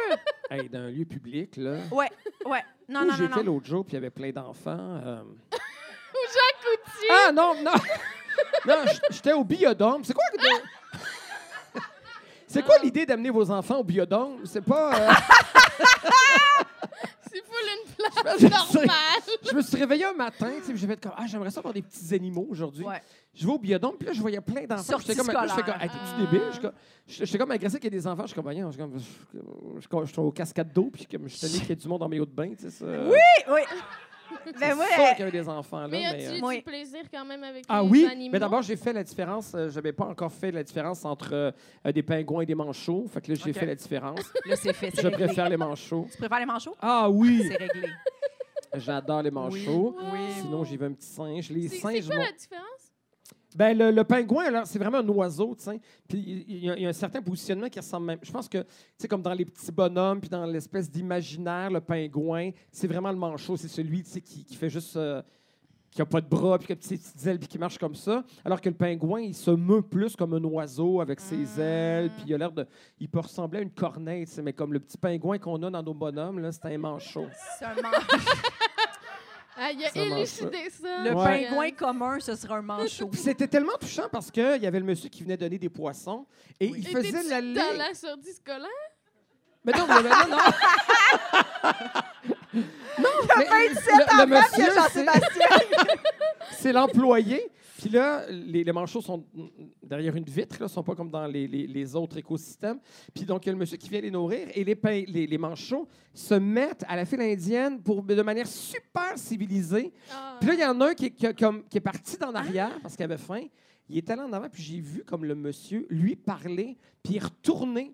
E: Hey, dans un lieu public, là...
C: Ouais, ouais. Non,
E: où
C: non, non,
E: j'étais
C: non.
E: l'autre jour, puis il y avait plein d'enfants. euh,
D: Ou Jean Coutier.
E: Ah non, non! non, j- j'étais au biodôme. C'est quoi que de- C'est quoi l'idée d'amener vos enfants au biodôme? C'est pas. euh, Ah!
D: C'est full une place
E: Je sais.
D: normale.
E: je me suis réveillé un matin, tu sais, puis j'ai fait comme Ah, j'aimerais ça avoir des petits animaux aujourd'hui.
C: Ouais.
E: Je vais au biodôme, puis là, je voyais plein d'enfants.
C: Sortie
E: J'étais comme, là, j'étais comme,
C: scolaire.
E: hey, t'es-tu débile? J'étais comme- J'étais j'étais comme agressé qu'il y ait des enfants. Je suis comme, voyons, je suis comme, je- je- je- je suis au cascade d'eau, puis comme, je suis tanné qu'il y ait du monde en maillot de bain, tu sais. Ça,
C: Oui, oui.
E: c'est
C: Ben ouais.
E: sûr qu'il y avait des enfants, là.
D: Mais
E: mais,
D: as-tu
E: euh,
D: eu
C: Oui.
D: du plaisir quand même avec
E: Ah
D: les
E: oui,
D: animaux?
E: mais d'abord j'ai fait la différence. euh, J'avais pas encore fait la différence entre euh, euh, des pingouins et des manchots. Fait que là j'ai
C: Ok.
E: fait la différence.
C: Là, c'est fait. c'est
E: Je
C: réglé.
E: préfère les manchots.
C: Tu préfères les manchots?
E: Ah oui,
C: C'est réglé.
E: j'adore les manchots.
D: Oui.
E: Sinon j'ai vu un petit singe. Les
D: C'est c'est
E: singes,
D: quoi
E: m'ont-
D: la différence?
E: ben le, le pingouin là, c'est vraiment un oiseau, tu sais. Puis il il y, a- il y a un certain positionnement qui ressemble même. Je pense que tu sais comme dans les petits bonhommes puis dans l'espèce d'imaginaire, le pingouin, c'est vraiment le manchot, c'est celui tu sais, qui, qui fait juste euh, qui a pas de bras, puis qui a des petites ailes, puis qui marche comme ça, alors que le pingouin, il se meut plus comme un oiseau avec ses ailes, puis il a l'air de... Il peut ressembler à une corneille, tu sais, mais comme le petit pingouin qu'on a dans nos bonhommes, là, c'est un manchot.
C: C'est un manchot.
D: Ah, il a
E: Ça marche
D: élucidé ça.
C: Le
E: Ouais.
C: pingouin commun, ce sera un manchot.
E: Puis C'était tellement touchant parce qu'il y avait le monsieur qui venait donner des poissons, et il faisait la
D: Étais-tu dans
E: ligne...
D: la sortie scolaire?
E: Mais non, mais non, non. non, mais le, le
C: Puis il y a
E: monsieur, c'est-
C: Jean-Sébastien.
E: c'est l'employé. Puis là, les, les manchots sont derrière une vitre, là, sont pas comme dans les, les- les autres écosystèmes. Puis donc, il y a le monsieur qui vient les nourrir et les, pin- les, les manchots se mettent à la file indienne pour, de manière super civilisée.
D: Ah.
E: Puis là, il y en a un qui, est- qui a comme- qui est parti
C: Ah.
E: d'en arrière parce qu'il avait faim. Il est allé en avant, puis j'ai vu comme le monsieur lui parler, puis il retournait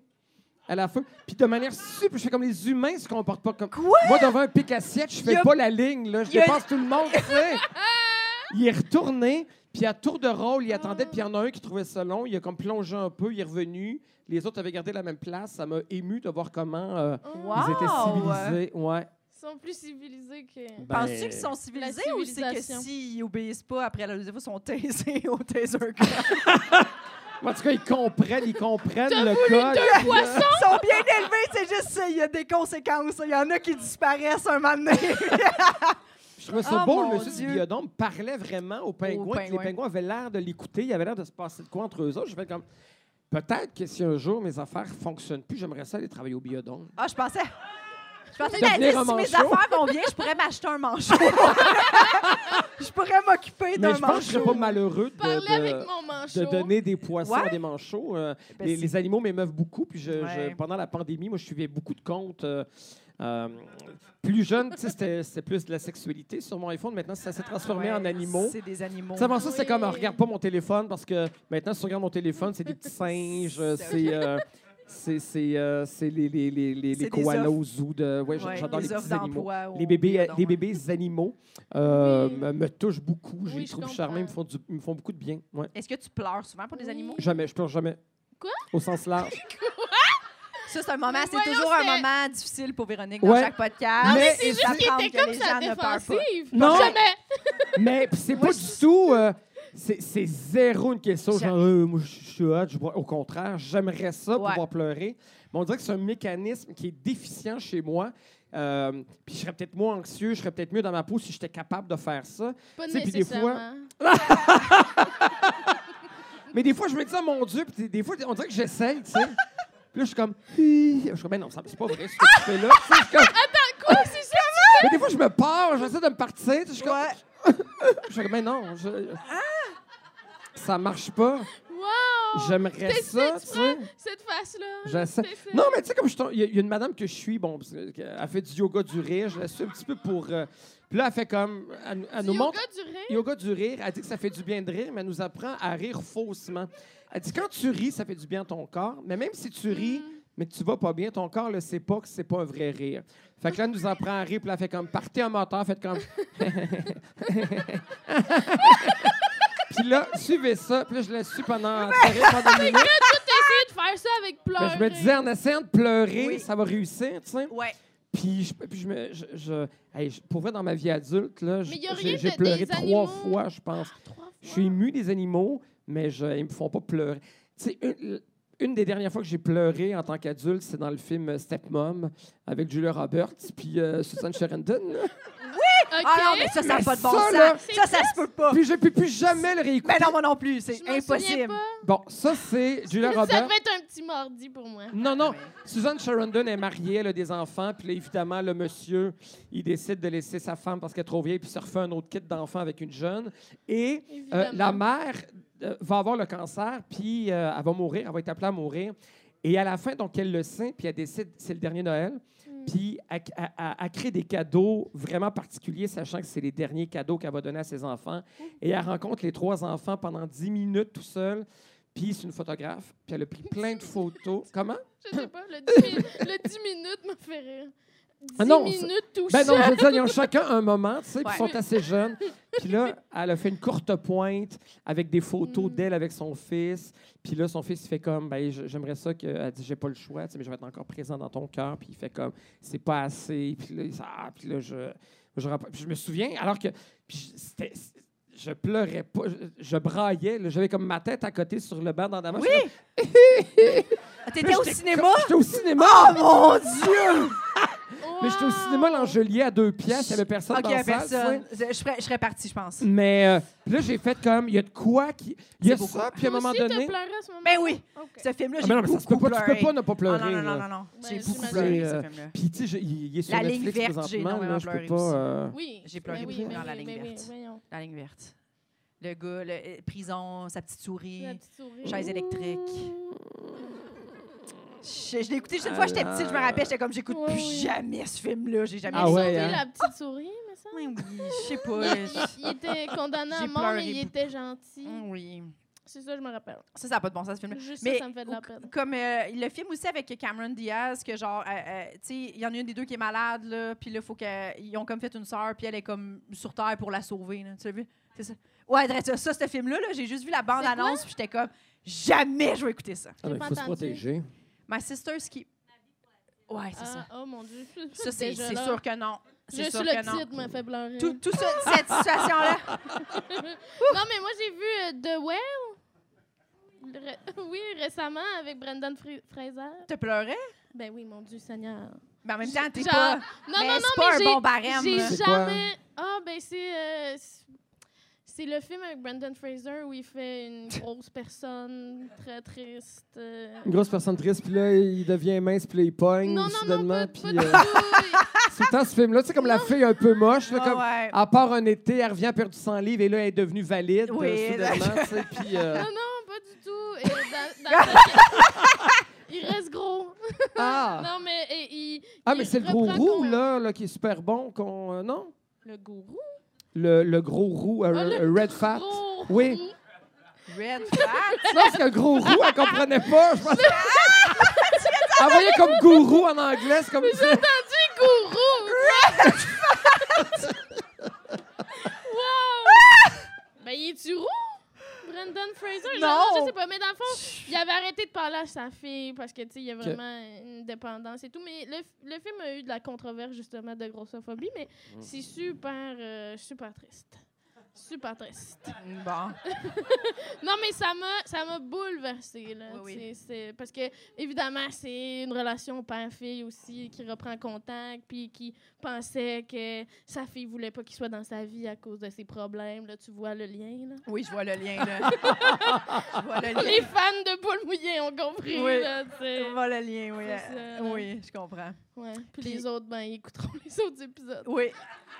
E: à la fin. Puis de manière super. Je fais comme les humains se comportent pas comme.
C: Quoi?
E: Moi, devant un pic assiette, je
C: Il
E: fais
C: y a-
E: pas la ligne, là. Je
C: il y a-
E: dépasse tout le monde, tu sais. Il est retourné, puis à tour de rôle, il attendait, puis il y en a un qui trouvait ça long. Il a comme plongé un peu, il est revenu. Les autres avaient gardé la même place. Ça m'a ému de voir comment euh,
D: Oh,
C: Wow!
E: ils étaient civilisés. Ouais.
D: Ils sont plus civilisés que...
E: Ben,
C: Penses-tu qu'ils sont civilisés
D: La
C: ou c'est que
D: civilisation.
C: s'ils obéissent pas, après la deuxième fois, ils sont taisés au taser code?
E: En tout cas, ils comprennent, ils comprennent le code.
D: Poisson!
C: Ils sont bien élevés, c'est juste ça, il y a des conséquences. Il y en a qui disparaissent un moment donné.
E: Je trouvais ça
C: Oh,
E: beau,
C: mon
E: le monsieur du
C: Dieu.
E: biodôme parlait vraiment aux pingouins. puis
C: pingouins.
E: Les pingouins avaient l'air de l'écouter, il avait l'air de se passer de quoi entre eux autres. Je fais comme, peut-être que si un jour mes affaires fonctionnent plus, j'aimerais ça aller travailler au biodôme.
C: Ah, je pensais... Je pensais
E: Devenir
C: que t'allais dire,
E: un
C: si mes
E: manchot.
C: affaires vont bien, je pourrais m'acheter un manchot. je pourrais m'occuper
E: Mais
C: d'un
E: je pense que je serais
C: manchot.
E: pas malheureux de,
D: Parler
E: de-
D: avec mon manchot.
E: de donner des poissons
C: Ouais.
E: à des manchots. Euh,
C: Ben,
E: les,
C: c'est-
E: les animaux m'émeuvent beaucoup. Puis je- je-
C: Ouais.
E: pendant la pandémie, moi, je suivais beaucoup de comptes. euh, euh, plus jeune, tu sais, c'était c'était plus de la sexualité sur mon iPhone. Maintenant, ça s'est transformé
C: Ah Ouais,
E: en animaux.
C: C'est des animaux.
E: Tu sais, avant ça, c'était
D: Oui.
E: comme, ah, regarde pas mon téléphone, parce que maintenant, si tu regardes mon téléphone, c'est des petits singes, euh, c'est... euh, c'est c'est, euh, c'est les, les, les, les,
C: C'est
E: les
C: des
E: koalas
C: offres.
E: au zoo. De, ouais,
C: Ouais,
E: j'adore les
C: des offres
E: petits animaux.
C: d'emploi. au
E: Les bébés,
C: biodôme.
E: les bébés animaux euh,
D: Oui.
E: me, me touchent beaucoup. Je
D: Oui,
E: les
D: je
E: trouve
D: comprends.
E: charmants. Ils me font, du- ils me font beaucoup de bien. Ouais.
C: Est-ce que tu pleures souvent pour des
D: Oui.
C: animaux?
E: Jamais, je pleure jamais.
D: Quoi?
E: Au sens large.
C: Ça, c'est un moment,
D: Mais
C: c'est toujours un
D: voyons, c'est-
C: moment difficile pour Véronique dans
E: Ouais.
C: chaque podcast.
E: Non, mais
D: Ah,
C: Et
D: C'est juste
C: ça
D: qu'il
C: semble
D: était
C: que
D: comme
C: les
D: ça
C: gens ne parlent pas.
D: défensive.
E: Non.
D: Jamais.
E: Mais pis c'est pas du tout. euh, c'est c'est zéro une question.
C: J'a-
E: Genre, euh, moi, je suis hot. je bois- Au contraire, j'aimerais ça
C: Ouais.
E: pouvoir pleurer. Mais on dirait que c'est un mécanisme qui est déficient chez moi. Euh, puis je serais peut-être moins anxieux, je serais peut-être mieux dans ma peau si j'étais capable de faire ça.
D: Pas
E: Tu sais, puis des fois-
D: nécessairement.
E: Mais des fois, je me dis, Ah, mon Dieu, puis des- des fois, on dirait que j'essaye, tu sais. Puis là, je suis comme, Hi. je suis comme, ben non, ça- c'est pas vrai ce que tu fais là. Tu sais, je suis comme-
D: Quoi, c'est ça?
E: mais des fois, je me pars, j'essaie de me partir, tu sais, je suis comme, je suis comme, ben non, je- ça marche pas.
D: Wow!
E: J'aimerais
D: Oh, T'es
E: ça, tu sais.
D: Cette face-là.
E: J'essaie.
D: T'es ça.
E: Non, mais tu sais, comme je tombe- il y, a- il y a une madame que je suis, bon, parce que- elle fait du yoga du rire, je la suis un petit peu pour. euh, puis là, elle fait comme. Elle, elle
D: Du
E: nous montre.
D: yoga du rire.
E: Yoga du rire, elle dit que ça fait du bien de rire, mais elle nous apprend à rire faussement. Elle dit quand tu ris, ça fait du bien à ton corps, mais même si tu ris,
D: Mm.
E: mais que tu vas pas bien, ton corps ne sait pas que c'est pas un vrai rire. Fait que là, elle nous apprend à rire, puis là, elle fait comme partez un moteur, faites comme. puis là, suivez ça, puis là, je la suis pendant. pendant une minute.
D: T'essayes de faire ça avec
E: Mais
D: pleurs.
E: Ben, je me disais, en essayant de pleurer,
C: Oui.
E: ça va réussir, tu sais.
C: Ouais.
E: Puis, je, puis je me, je, je- hey, je- pour vrai, dans ma vie adulte, là, je-
D: Mais y a rien
E: j'ai j'ai
D: de-
E: pleuré
D: des
E: trois
D: animaux. Ah,
E: fois, je pense.
D: Trois
E: Je suis
D: fois.
E: ému des animaux, mais je, ils me font pas pleurer. Tu sais, une, une des dernières fois que j'ai pleuré en tant qu'adulte, c'est dans le film Stepmom avec Julia Roberts puis euh, Susan Sarandon.
D: OK.
C: Ah non, mais ça, ça n'a
E: Mais
C: pas de bon
E: ça,
C: sens.
E: là,
C: Ça, ça se peut
D: Oh.
C: pas.
E: Puis je peux plus jamais le réécouter.
C: Mais non, moi non plus,
D: Je
C: c'est
D: m'en souviens
C: impossible.
D: pas.
E: Bon, ça c'est Julia Euh,
D: Ça
E: Roberts.
D: devait être un petit mordi pour moi.
E: Non, non. Suzanne Sherandon est mariée, elle a des enfants, puis là, évidemment, le monsieur, il décide de laisser sa femme parce qu'elle est trop vieille, puis se refait un autre kit d'enfants avec une jeune. Et euh,
D: Évidemment.
E: la mère euh, va avoir le cancer, puis euh, elle va mourir, elle va être appelée à mourir. Et à la fin, donc, elle le sait, puis elle décide, c'est le dernier Noël, puis elle, elle- elle- elle crée des cadeaux vraiment particuliers, sachant que c'est les derniers cadeaux qu'elle va donner à ses enfants. Et elle rencontre les trois enfants pendant 10 minutes tout seul, puis c'est une photographe, puis elle a pris plein de photos. Comment?
D: Je sais pas. Le 10, mi- le 10 minutes me fait rire. 10
E: Ah non, c'est-
D: minutes tout
E: Ben non,
D: seul.
E: je veux dire, ils ont chacun un moment, tu sais, puis ils
C: Ouais.
E: sont assez jeunes. Puis là, elle a fait une courte pointe avec des photos
D: Mm.
E: d'elle avec son fils. Puis là, son fils, il fait comme, ben, j- j'aimerais ça que. Elle dit, j'ai pas le choix, tu sais, mais je vais être encore présent dans ton cœur. Puis il fait comme, c'est pas assez. Puis là, il s- ah, puis là, je. Je, rem- puis je me souviens, alors que puis je- c'était- je pleurais pas, je, je braillais, là, j'avais comme ma tête à côté sur le banc d'en avant.
C: Oui! Ah,
E: j'étais comme-
C: T'étais au
E: j'étais
C: cinéma?
E: comme- J'étais au cinéma!
C: Oh mon Dieu!
E: Mais j'étais au cinéma l'Angelier à deux pièces, il y avait personne
C: Ok,
E: dans la salle. tu sais.
C: personne. Je je serais, je serais partie, je pense.
E: Mais euh, puis là, j'ai fait comme, il y a de quoi qui. Il y a
C: C'est beaucoup.
E: ça, puis à un moment
D: Aussi,
E: donné.
D: t'as pleuré à ce moment-là?
C: Ben oui,
D: OK.
C: ce film-là,
E: Ah,
C: j'ai
E: mais non, mais
C: beaucoup
E: ça se peut pas, tu
C: pleuré.
E: peux pas ne pas
C: Ah
E: pleurer.
C: non, non, non,
E: là.
C: non, non. J'ai
D: Ben,
C: beaucoup
D: j'imagine.
C: pleuré,
E: Euh,
C: ce film-là.
E: Puis tu sais, j'ai- il il est sur
C: La
E: Netflix
C: ligne verte, j'ai
E: présentement,
C: énormément
E: là, je peux
C: pleuré
E: pas.
C: aussi.
E: euh,
D: Oui.
C: J'ai pleuré
D: Ben oui,
C: beaucoup dans
D: ben
C: la
D: oui,
C: ligne
D: ben oui,
C: verte.
D: voyons.
C: La ligne verte. Le gars, le- euh, prison, sa petite
D: La
C: souris,
D: petite souris.
C: chaise électrique. Je, je l'ai écouté juste une fois, j'étais petite, je me rappelle, j'étais comme, j'écoute
D: Ouais,
C: plus
D: ouais.
C: jamais ce film-là, j'ai jamais
E: Ah
C: vu
D: Ils
C: ça.
E: ouais,
D: ont dit
E: hein?
D: la petite souris, mais ça.
C: Oui, oui, je sais
D: Il,
C: pas. je-
D: il- il était condamné à
C: J'ai
D: mort,
C: pleuré
D: mais il
C: beaucoup.
D: était gentil.
C: Hum, Oui.
D: C'est ça, je me rappelle.
C: Ça, ça n'a pas de bon sens, ce film-là.
D: Juste
C: Mais
D: ça, ça me fait de la
C: ou-
D: peine.
C: Comme euh, le film aussi avec Cameron Diaz, que genre, euh, euh, tu sais, il y en a une des deux qui est malade, là, puis là, faut qu'ils ont comme fait une sœur, puis elle est comme sur Terre pour la sauver, là. Tu l'as vu? C'est ça. Ouais, drette ça, ça, ce film-là, là, j'ai juste vu la bande-annonce, puis j'étais comme, jamais je vais écouter ça.
E: ah, mais
D: pas
E: faut se
D: entendu.
E: protéger.
C: My Sister's qui. Ouais, c'est ça.
D: Ah, oh mon Dieu.
C: Ça, c'est
D: Déjà
C: c'est
D: là.
C: sûr que non.
D: Je
C: C'est
D: suis
C: sûr
D: le
C: que non.
D: titre euh. m'a fait pleurer.
C: Tout, tout ça, cette situation-là.
D: Non, mais moi, j'ai vu euh, The Well. Le ré- Oui, récemment, avec Brendan Fra- Fraser.
C: Te pleurais?
D: Ben oui, mon Dieu, Seigneur.
C: Mais en même temps, t'es
D: Genre-
C: pas.
D: Non,
C: mais
D: non, non,
C: c'est
D: mais
C: pas
D: j'ai-
C: un bon barème.
D: J'ai
C: là.
E: C'est quoi?
D: jamais. Ah, ben c'est. euh, c'est- c'est le film avec Brendan Fraser où il fait une grosse personne très triste. euh.
E: Une grosse personne triste, puis là, il devient mince, puis là, il pogne
D: Non, non, non,
E: soudainement.
D: pas,
E: puis
D: pas
E: euh,
D: du tout.
E: c'est tout le temps ce film-là, c'est comme la fille un peu moche, là,
C: Ah
E: comme.
C: ouais.
E: À part un été, elle revient perdue 100 livres et là, elle est devenue valide
C: Oui,
E: euh, soudainement, tu sais, puis... euh,
D: Non, non, pas du tout. Et dans- dans- il reste gros.
E: Ah!
D: Non, mais et il.
E: Ah,
D: il
E: mais c'est le gros
D: reprend
E: roux,
D: qu'on-
E: là, là, qui est super bon, qu'on... euh, non?
D: Le gourou.
E: Le, le gros roux, euh,
D: Ah, le
E: euh, Red Fat.
D: Gros.
E: Oui.
C: Red flag.
E: Non, parce que gros roux, elle comprenait pas. Je pense que- Elle voyait comme gourou en anglais, c'est comme ça.
D: Gourou. wow. ben, il est-tu roux? Brendan Fraser?
C: Non,
D: je sais pas, mais dans le fond, il avait arrêté de parler à sa fille parce que, tu sais, il y a
E: Ok.
D: vraiment une dépendance et tout. Mais le, f- le film a eu de la controverse, justement, de grossophobie, mais
E: Mm.
D: c'est super, euh, super triste. Super triste.
C: Bon.
D: Non, mais ça m'a, ça m'a bouleversée, là.
C: Oui, oui.
D: tu sais, c'est- parce que, évidemment, c'est une relation père-fille aussi qui reprend contact, puis qui pensait que sa fille voulait pas qu'il soit dans sa vie à cause de ses problèmes. Là, tu vois le lien, là.
C: Oui, je vois le lien, là. je vois le
D: Les
C: lien.
D: fans de Paul Mouillé ont compris,
C: Ah, Oui.
D: là, tu sais.
C: Je vois le lien, oui.
D: C'est ça, là.
C: Oui, je comprends.
D: Ouais. Puis,
C: Puis-
D: les autres, ben, ils écouteront les autres épisodes.
C: Oui.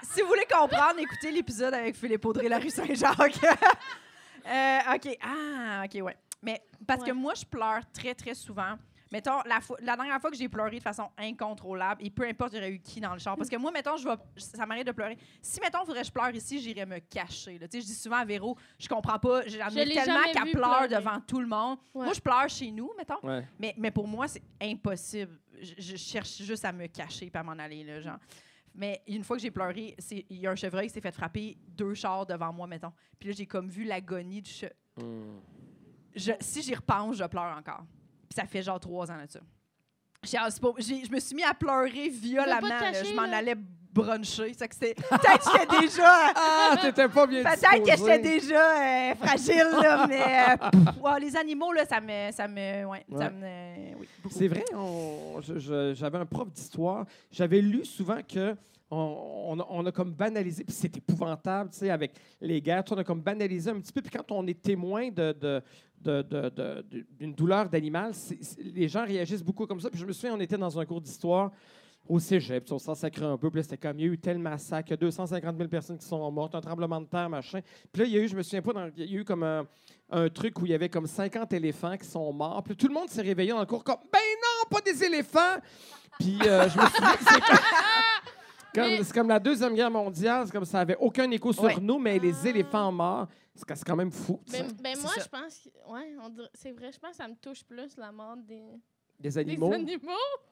C: Si vous voulez comprendre, écoutez l'épisode avec Philippe Audrey, la rue Saint-Jacques. Euh, OK. Ah, OK, ouais. Mais parce que
D: Ouais.
C: moi, je pleure très, très souvent. Mettons, la, fois- la dernière fois que j'ai pleuré de façon incontrôlable, et peu importe, j'aurais eu qui dans le char. Parce que moi, mettons, je vais, ça m'arrête de pleurer. Si, mettons, faudrait que je pleure ici, j'irais me cacher. là. Tu sais, je dis souvent à Véro, je comprends pas,
D: Je
C: j'admire
D: l'ai
C: tellement
D: jamais
C: qu'elle
D: vu
C: pleure
D: pleurer.
C: devant tout le monde.
D: Ouais.
C: Moi, je pleure chez nous, mettons.
E: Ouais.
C: Mais, mais pour moi, c'est impossible. Je, je cherche juste à me cacher pas à m'en aller, là, genre. Mais une fois que j'ai pleuré, c'est- il y a un chevreuil qui s'est fait frapper deux chars devant moi, mettons. Puis là, j'ai comme vu l'agonie du che-
E: Hmm.
C: je- Si j'y repense, je pleure encore. Puis ça fait genre trois ans là-dessus. J'ai- ah, c'est pas- j'ai- Je me suis mis à pleurer
D: Tu
C: violemment.
D: vas pas te
C: là.
D: cacher,
C: Je m'en
D: là.
C: allais bruncher. C'est que c'est- Peut-être que j'étais déjà... euh,
E: Ah, t'étais pas bien
C: Peut-être que
E: disposé.
C: j'étais déjà euh, fragile, là, mais euh, pff, ouais, les animaux, là, ça me. Ça me, ouais, ça
E: Ouais.
C: me- euh, oui, beaucoup.
E: C'est vrai, on- je- je- j'avais un prof d'histoire. J'avais lu souvent que on, on a, on a comme banalisé, puis c'est épouvantable, tu sais, avec les guerres, tout, on a comme banalisé un petit peu. Puis quand on est témoin de, de- de- de- de- de- d'une douleur d'animal, c'est- c'est- les gens réagissent beaucoup comme ça. Puis je me souviens, on était dans un cours d'histoire au cégep, puis on s'en sacrait un peu, puis là, c'était comme, il y a eu tel massacre, il y a 250 000 personnes qui sont mortes, un tremblement de terre, machin. Puis là, il y a eu, je me souviens pas, dans- il y a eu comme un, un truc où il y avait comme 50 éléphants qui sont morts. Puis tout le monde s'est réveillé dans le cours comme Ben non, pas des éléphants! Puis euh, je me souviens que c'est comme. comme-
D: Mais-
E: C'est comme la Deuxième Guerre mondiale, c'est comme ça avait aucun écho sur
C: Ouais.
E: nous, mais les
D: Ah.
E: éléphants morts, c'est quand- c'est quand même fou. tu sais.
D: Ben, ben
C: c'est
D: moi,
C: ça.
D: je pense que, ouais, on dirait- c'est vrai, je pense que ça me touche plus la mort des,
E: Des
D: des
E: animaux.
D: animaux.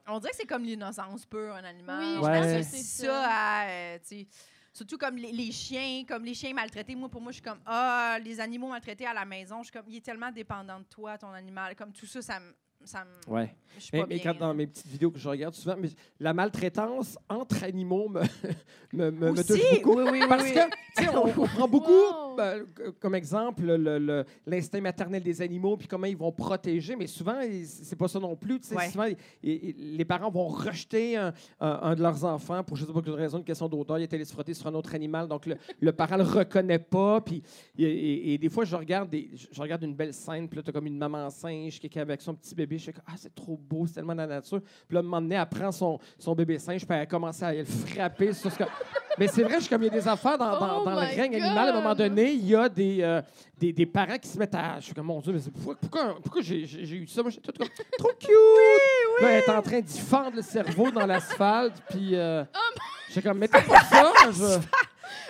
C: On dirait que c'est comme l'innocence pure, un animal.
D: Oui,
C: On
E: je
C: pense
E: pense
C: que
E: que
C: c'est
D: c'est
C: ça.
D: ça.
C: à, euh, tu sais, surtout comme les, les chiens, comme les chiens maltraités. Moi, pour moi, je suis comme, ah, les animaux maltraités à la maison, je suis comme, il est tellement dépendant de toi, ton animal. Comme tout ça, ça me. Ça me
E: Ouais.
C: Je suis
E: Mais,
C: pas
E: mais
C: bien,
E: quand dans
C: là.
E: mes petites vidéos que je regarde souvent, mais la maltraitance entre animaux me, me, me- me
C: Aussi,
E: touche beaucoup.
C: oui, oui, oui,
E: Parce
C: oui.
E: que, tu sais, on, on prend beaucoup
D: Wow.
E: ben, c- comme exemple le- le- l'instinct maternel des animaux, puis comment ils vont protéger, mais souvent, ils- c'est pas ça non plus. tu sais.
C: Ouais.
E: Souvent, ils- ils- les parents vont rejeter un, un- un de leurs enfants pour je sais pas quelle raison, une question d'odeur, il est allé se frotter sur un autre animal, donc le, le parent le reconnaît pas, puis et, et- et des fois, je regarde, des- je- je regarde une belle scène, puis là, t'as comme une maman singe qui est avec son petit bébé. Je suis comme, ah, c'est trop beau, c'est tellement de la nature. Puis là, à un moment donné, elle prend son, son bébé singe, puis elle commence à le frapper. sur ce que- Mais c'est vrai, je suis comme, il y a des affaires dans, dans-
D: Oh
E: dans le
D: my
E: règne
D: God!
E: animal. À un moment donné, il y a des, euh, des, des parents qui se mettent à. Je suis comme, mon Dieu, mais c'est- pourquoi, pourquoi, pourquoi j'ai, j'ai- j'ai eu ça? Moi, j'étais tout comme, trop cute! Puis là, elle est en train d'y fendre le cerveau dans l'asphalte, puis. euh,
D: Oh
E: je suis comme, mais t'es pas ça! je-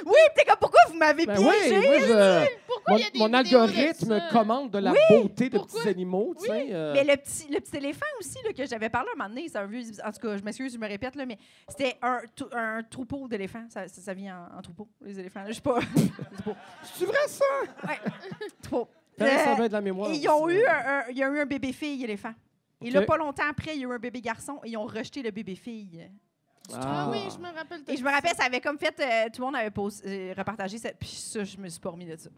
C: Oui, t'es comme, pourquoi vous m'avez
E: ben oui,
C: piégé?
E: moi, je-
D: Pourquoi
E: mon,
D: il y a des
E: mon
D: vidéos de
E: algorithme
D: ça?
E: commande de la beauté de
D: Pourquoi?
E: petits animaux, tu sais. euh,
C: Mais le petit, le petit éléphant aussi, là, que j'avais parlé un moment donné, c'est un vieux. En tout cas, je m'excuse, je me répète, là, mais c'était un, tou- un troupeau d'éléphants. Ça, ça, ça vit en, en troupeau, les éléphants. là. Je sais pas. troupeau.
E: C'est vrai ça?
C: Troupeau.
E: Fallait que Ben, ça
C: Euh,
E: avait de la mémoire.
C: Et ils ont
E: aussi. hein.
C: eu un, un- il y a eu un bébé fille éléphant. Et
E: OK.
C: là, pas longtemps après, il y a eu un bébé garçon et ils ont rejeté le bébé fille.
D: Ah oui,
E: Ben,
D: je me rappelle.
C: Et je me rappelle, ça avait comme fait, euh, tout le monde avait posé, euh, repartagé cette. Puis ça, je me suis pas remis de ça.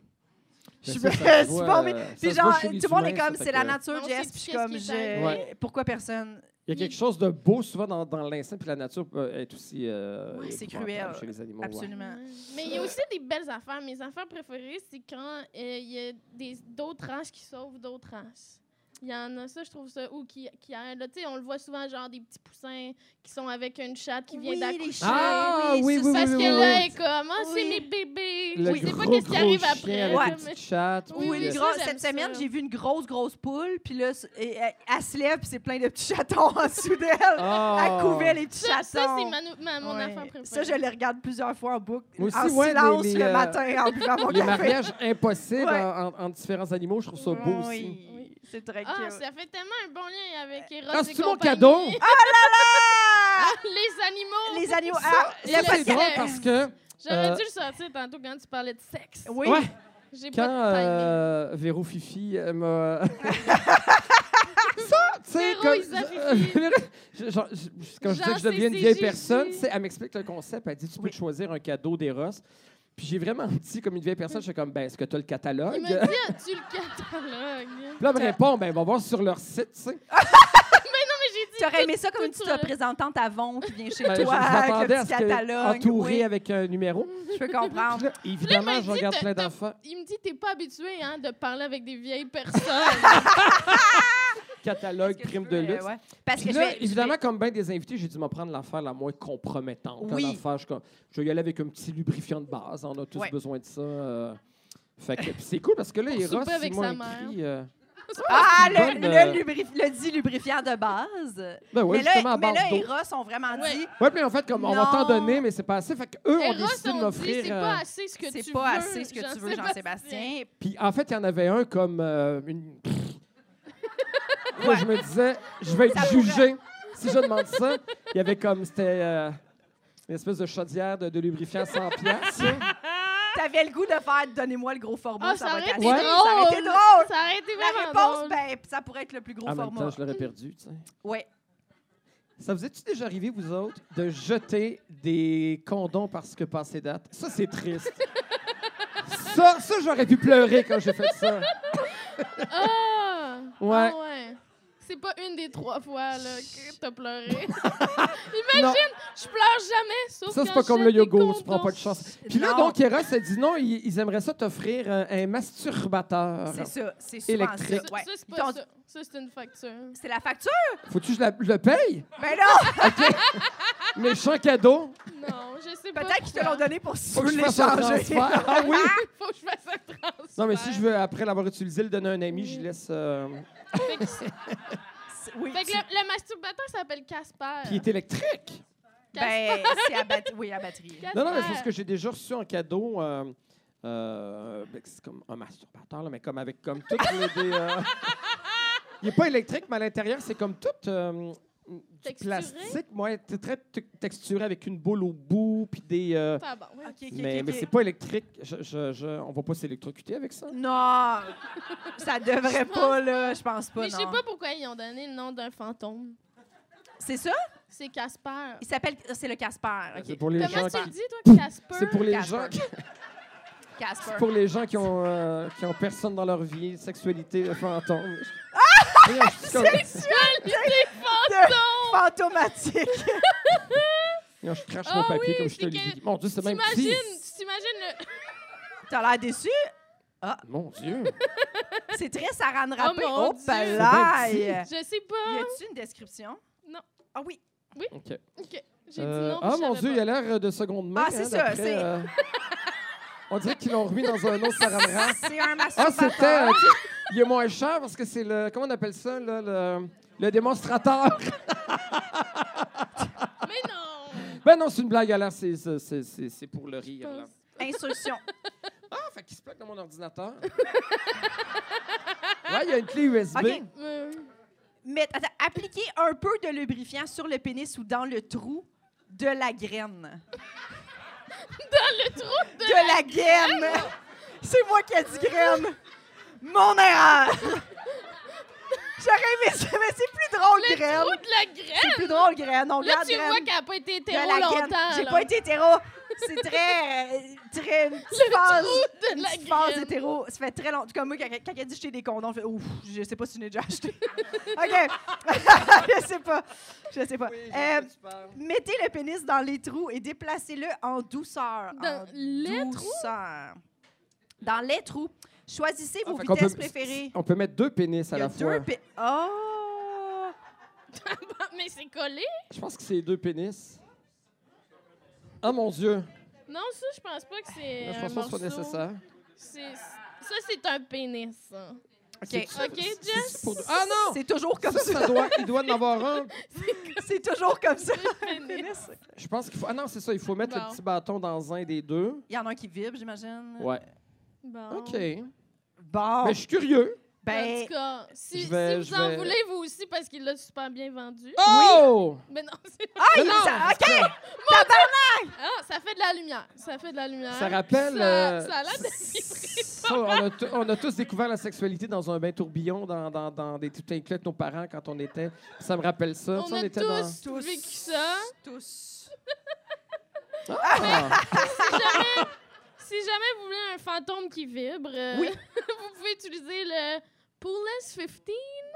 C: Je me
E: ça,
C: suis
E: ça
C: pas
E: se voit,
C: remis.
E: euh, ça
C: Puis
E: se
C: genre,
E: voit chez
C: tout
E: les
C: le monde est
E: humains,
C: comme,
E: ça,
C: c'est
E: fait
C: la
E: que-
C: nature,
D: On sait
C: Jess.
D: plus
C: Puis je suis
D: qu'est-ce
C: comme,
D: qui
C: je-
D: est
E: arrivé.
C: pourquoi personne.
E: Il y a quelque chose de beau souvent dans, dans l'instinct, puis la nature peut être aussi. euh,
C: Ouais, c'est
E: épouvantable
C: cruel.
E: Chez les animaux. ouais.
C: Absolument.
D: Mais il y a aussi des belles affaires. Mes affaires préférées, c'est quand euh, il y a des- d'autres races qui sauvent d'autres races. Il y en a ça, je trouve ça, ou qui, qui aident. Là, tu sais, on le voit souvent, genre des petits poussins qui sont avec une chatte qui vient
C: Oui, les
D: d'accoucher.
C: chats,
E: Ah, oui, oui,
D: Parce
E: oui,
D: que
E: oui,
D: là,
E: oui.
D: elle est comme, ah, c'est
C: Oui.
D: mes bébés.
E: Le
D: je sais
E: gros,
D: pas qu'est-ce qui
E: gros
D: arrive
E: chien
D: après.
E: Avec
D: là,
E: une
D: mais-
E: petite chatte.
D: Oui,
E: puis,
C: Ou
D: oui,
E: euh,
C: une
D: ça,
C: grosse-
D: j'aime
C: cette semaine,
D: ça.
C: j'ai vu une grosse, grosse poule, puis là, c- et- elle, elle se lève, puis c'est plein de petits chatons en dessous d'elle.
E: ah! Oh.
C: Elle couvait les petits
D: Ça,
C: chatons.
D: ça, c'est ma, ma- Ah, mon
C: Ouais.
D: affaire préférée.
C: Ça, je les regarde plusieurs fois en boucle,
E: Moi aussi,
C: en
E: ouais, les-
C: silence
E: les,
C: le
E: euh,
C: matin, en buvant mon
E: Les
C: café.
E: mariages impossibles
C: Ouais.
E: en, en- en différents animaux, je trouve ça beau aussi.
C: Oui, c'est très
D: Ah,
C: cute.
D: ça fait tellement un bon lien avec Eros
E: Ah,
D: et
E: c'est mon
D: compagnie.
E: cadeau!
C: Ah!
D: Les animaux!
C: Les animaux.
E: Ça,
C: Ah,
E: ça,
C: le
E: c'est
C: podcast-
E: drôle parce que.
D: J'aurais
E: Euh,
D: dû le sortir tantôt quand tu parlais de sexe.
C: Oui.
E: Ouais.
D: J'ai pas
E: Quand
D: de timing.
E: euh, Véro Fifi euh, m'a. Ça, tu sais,
D: Véro,
E: comme.
D: Isa Fifi.
E: euh, je- genre, je- je- Quand je disais
D: Genre,
E: que je deviens une
D: c'est
E: vieille
D: CJJ.
E: personne, tu sais, elle m'explique le concept. Elle dit Tu peux
C: Oui.
E: te choisir un cadeau d'Eros. Puis j'ai vraiment dit, comme une vieille personne, je suis comme Ben, est-ce que tu as le catalogue
D: Il me dit, as-tu le catalogue?
E: Puis là, elle me répond Ben, va voir sur leur site, tu sais.
D: Mais j'ai dit,
C: Tu aurais aimé ça comme une
D: tout
C: petite
D: sur le-
C: représentante avant qui vient chez
E: Ben, je-
C: toi avec
E: j'attendais
C: le
E: à
C: petit
E: ce que.
C: catalogue.
E: Entouré
C: Oui,
E: avec un numéro.
C: Je peux comprendre.
E: Puis là, évidemment,
D: Puis là, il
E: je
D: m'a dit,
E: regarde
C: euh,
D: t'as-
E: plein
D: t'as-
E: d'enfants.
D: il me dit, t'es pas habitué hein, de parler avec des vieilles personnes.
E: Catalogue,
C: Est-ce que tu
E: prime de
C: veux, euh,
E: luxe.
C: ouais? Parce que
E: Puis
C: je
E: là,
C: vais- je
E: évidemment, comme bien des invités, j'ai dû m'en prendre l'affaire la moins compromettante. hein,
C: Oui.
E: l'affaire, je, comme- je vais y aller avec un petit lubrifiant de base. On a tous
C: Ouais.
E: besoin de ça. euh. Fait que puis c'est cool parce que là,
D: Pour
E: il
D: souper
E: Ross,
D: avec
E: il m'a
D: sa mère.
E: écrit. euh,
C: Ah,
E: c'est
C: le,
E: une bonne,
C: le
E: euh,
C: lubrif- le dit lubrifiant de base.
E: ben
C: mais
E: oui, justement,
C: là,
E: à
C: mais
E: base
C: là,
E: d'eau.
C: Eros ont vraiment
D: Ouais.
C: dit
E: Ouais, puis en fait, comme on va
C: Non.
E: t'en donner, mais c'est pas assez. Fait qu'eux ont
D: Et Ross,
E: décidé de
D: on dit,
E: m'offrir.
D: c'est
E: euh,
D: pas assez ce que
C: c'est
D: tu
C: pas
D: veux,
C: assez ce que tu veux, Jean-Sébastien.
E: Puis en fait, il y en avait un comme euh, une. Moi, je me disais, je vais être
C: Ça
E: jugé si je demande ça. Il y avait comme, c'était euh, une espèce de chaudière de, de lubrifiant sans pièces.
C: T'avais le goût de faire donnez-moi le gros format,
D: Ah, ça
C: va
D: aurait été
C: casser. Ça aurait été
D: drôle.
C: drôle.
D: Ça aurait été
C: La
D: vraiment
C: réponse,
D: drôle.
C: ben, ça pourrait être le plus gros
E: En même
C: format.
E: temps, Ah, je l'aurais perdu, tu sais.
C: Ouais.
E: Ça vous est-tu déjà arrivé, vous autres, de jeter des condoms parce que passé date? Ça, c'est triste. ça, ça j'aurais pu pleurer quand j'ai fait ça.
D: Ah!
E: Ouais.
D: Ah ouais. C'est pas une des trois fois là, que t'as pleuré.
E: Non,
D: Je pleure jamais, sauf
E: ça,
D: quand
E: c'est pas
D: je
E: comme
D: jette
E: le
D: des
E: yogourt,
D: condoms.
E: tu prends pas de chance. Puis là,
C: Non.
E: donc, Eros a dit non, ils, ils aimeraient ça t'offrir euh, un, un masturbateur.
C: C'est ça, c'est souvent ça.
E: Ah, Électrique.
C: ouais.
D: Ça, c'est
C: Ils t'ont
D: pas
C: dit-
D: ça. Ça, c'est une facture.
C: C'est la facture?
E: Faut-tu que je, la- je le paye?
C: Ben non!
E: Méchant cadeau.
D: Non, je sais pas.
C: Peut-être qu'ils te
D: pourquoi.
C: l'ont donné pour si tu
E: Faut que
C: veux
E: je fasse un
C: l'échanger.
E: transfert. Ah oui?
D: Faut que je fasse un transfert.
E: Non, mais si je veux, après l'avoir utilisé, le donner à un ami,
D: Oui.
E: je laisse... euh,
D: Fait que, fait
C: Oui,
D: que le, le masturbateur s'appelle Casper.
E: Puis il est électrique.
C: ben, c'est à batterie. Oui, à batterie.
D: Casper.
E: Non, non, mais c'est parce que j'ai déjà reçu en cadeau. euh, euh, ben, c'est comme un masturbateur, là, mais comme avec comme tout. les- des, euh, Il n'est pas électrique, mais à l'intérieur, c'est comme tout. euh, du
D: Texturé?
E: plastique, moi, très te- texturé avec une boule au bout, puis des. euh,
D: Ah, bon, ouais.
C: OK, OK,
E: mais
C: OK,
E: mais
C: OK.
E: c'est pas électrique. Je, je- je- on va pas s'électrocuter avec ça.
C: Non! Ça devrait pas, là. Je pense pas,
D: Mais je sais
C: non.
D: pas pourquoi ils ont donné le nom d'un fantôme.
C: C'est ça?
D: C'est Casper.
C: Il s'appelle... ah, C'est le Casper.
E: C'est
C: OK.
E: pour les gens.
D: Comment tu
E: qui-
D: le dis, toi, Casper?
E: C'est pour les
C: Casper.
E: gens. qui-
C: Casper.
E: Pour les gens qui ont euh, qui ont personne dans leur vie, sexualité, euh, fantôme.
C: Ah!
D: Fantôme!
C: Fantomatique.
E: Non, je crache
D: Ah
E: mon papier
D: oui,
E: comme je te
D: c'est
E: le
D: que-
E: dis. Mon Dieu, c'est même
D: T'imagines,
E: pire.
D: tu t'imagines le...
C: T'as l'air déçu?
E: Mon Dieu.
C: C'est très Saran Rappé.
D: Oh, mon
C: Oh,
D: Dieu.
C: palaille!
D: Je sais
C: Y
D: pas.
C: a-tu une description?
D: Non.
C: Ah oui.
E: OK.
D: J'ai
E: Euh,
D: dit non.
E: ah,
D: puis je
E: mon
D: savais
E: Dieu,
D: pas.
E: il a l'air de seconde main.
C: Ah, c'est
E: hein,
C: ça,
E: d'après,
C: c'est-
E: euh, On dirait qu'ils l'ont remis dans un autre saramara.
C: C'est un
E: Ah,
C: masturbateur.
E: c'était... euh, tu sais, il est moins cher parce que c'est le... Comment on appelle ça, là? Le, le démonstrateur.
D: Mais non!
E: Ben non, c'est une blague. Alors, c'est, c'est, c'est- c'est- c'est pour le rire. Là.
C: Instruction.
E: Ah, fait qu'il se plaque dans mon ordinateur. ouais, il y a une clé USB.
C: OK.
D: Euh,
C: Mais attends, appliquer un peu de lubrifiant sur le pénis ou dans le trou de la graine.
D: le trou de...
C: De la graine! C'est moi qui ai dit graine! Mon erreur! J'aurais aimé ça, mais c'est plus drôle,
D: Le trou
C: graine!
D: de la graine!
C: C'est plus drôle, graine! On
D: Là,
C: garde
D: tu
C: graine
D: vois qu'elle n'a pas été
C: de
D: hétéro
C: la
D: longtemps.
C: graine. J'ai
D: là.
C: pas été hétéro! C'est très. euh, très. Une petite phase.
D: trou de
C: une
D: la
C: petite phase
D: graine.
C: hétéro. Ça fait très longtemps. Comme moi, quand, quand elle dit jeter des condoms, je fais ouf, je sais pas si tu l'as déjà acheté. OK! je sais pas. Je sais pas. Euh, Mettez le pénis dans les trous et déplacez-le en douceur.
D: Dans
C: en
D: les trous?
C: douceur. Dans les trous. Choisissez
E: Ah,
C: vos
E: fait qu'on
C: vitesses
E: peut-
C: préférées.
E: On peut mettre deux pénis à
C: Il y a
E: la fois.
C: deux pé- Oh!
D: Mais c'est collé.
E: Je pense que c'est deux pénis. Ah, mon Dieu.
D: Non, ça, je pense pas que c'est.
E: je
D: un
E: pense pas que ce soit
D: Euh, morceau.
E: nécessaire.
D: C'est- Ça, c'est un pénis. ça.
C: OK.
D: Ok, Jess.
E: Pour- Ah non!
C: C'est toujours comme
E: Ça,
C: ça.
E: ça doit, il doit en avoir un.
C: C'est toujours comme ça.
D: Pénis.
E: Je pense qu'il faut. Ah non, c'est ça, il faut mettre
D: Bon.
E: le petit bâton dans un des deux.
C: Il y en a un qui vibre, j'imagine.
E: Ouais.
D: Bon.
E: OK. Mais
C: Bon.
E: je suis curieux.
D: en
C: Ben,
D: tout cas, si,
E: je vais-
D: si
E: je
D: vous en
E: vais-
D: voulez, vous aussi, parce qu'il l'a super bien vendu.
E: Oh!
D: Mais non, c'est...
C: ah,
E: Mais
C: il-
E: non,
C: ça- OK!
D: Ah, ça fait de la lumière. Ça fait de la lumière.
E: Ça rappelle.
D: Ça,
E: euh,
D: ça a l'air de
E: ça, on, a tou- on a tous découvert la sexualité dans un bain tourbillon, dans, dans, dans des tout inclus de nos parents quand on était. Ça me rappelle ça. Tu sais,
D: On a
E: était
D: tous vécu ça.
C: Tous.
E: dans- Ah!
D: Si jamais vous voulez un fantôme qui vibre, euh,
C: Oui.
D: vous pouvez utiliser le Poules 50.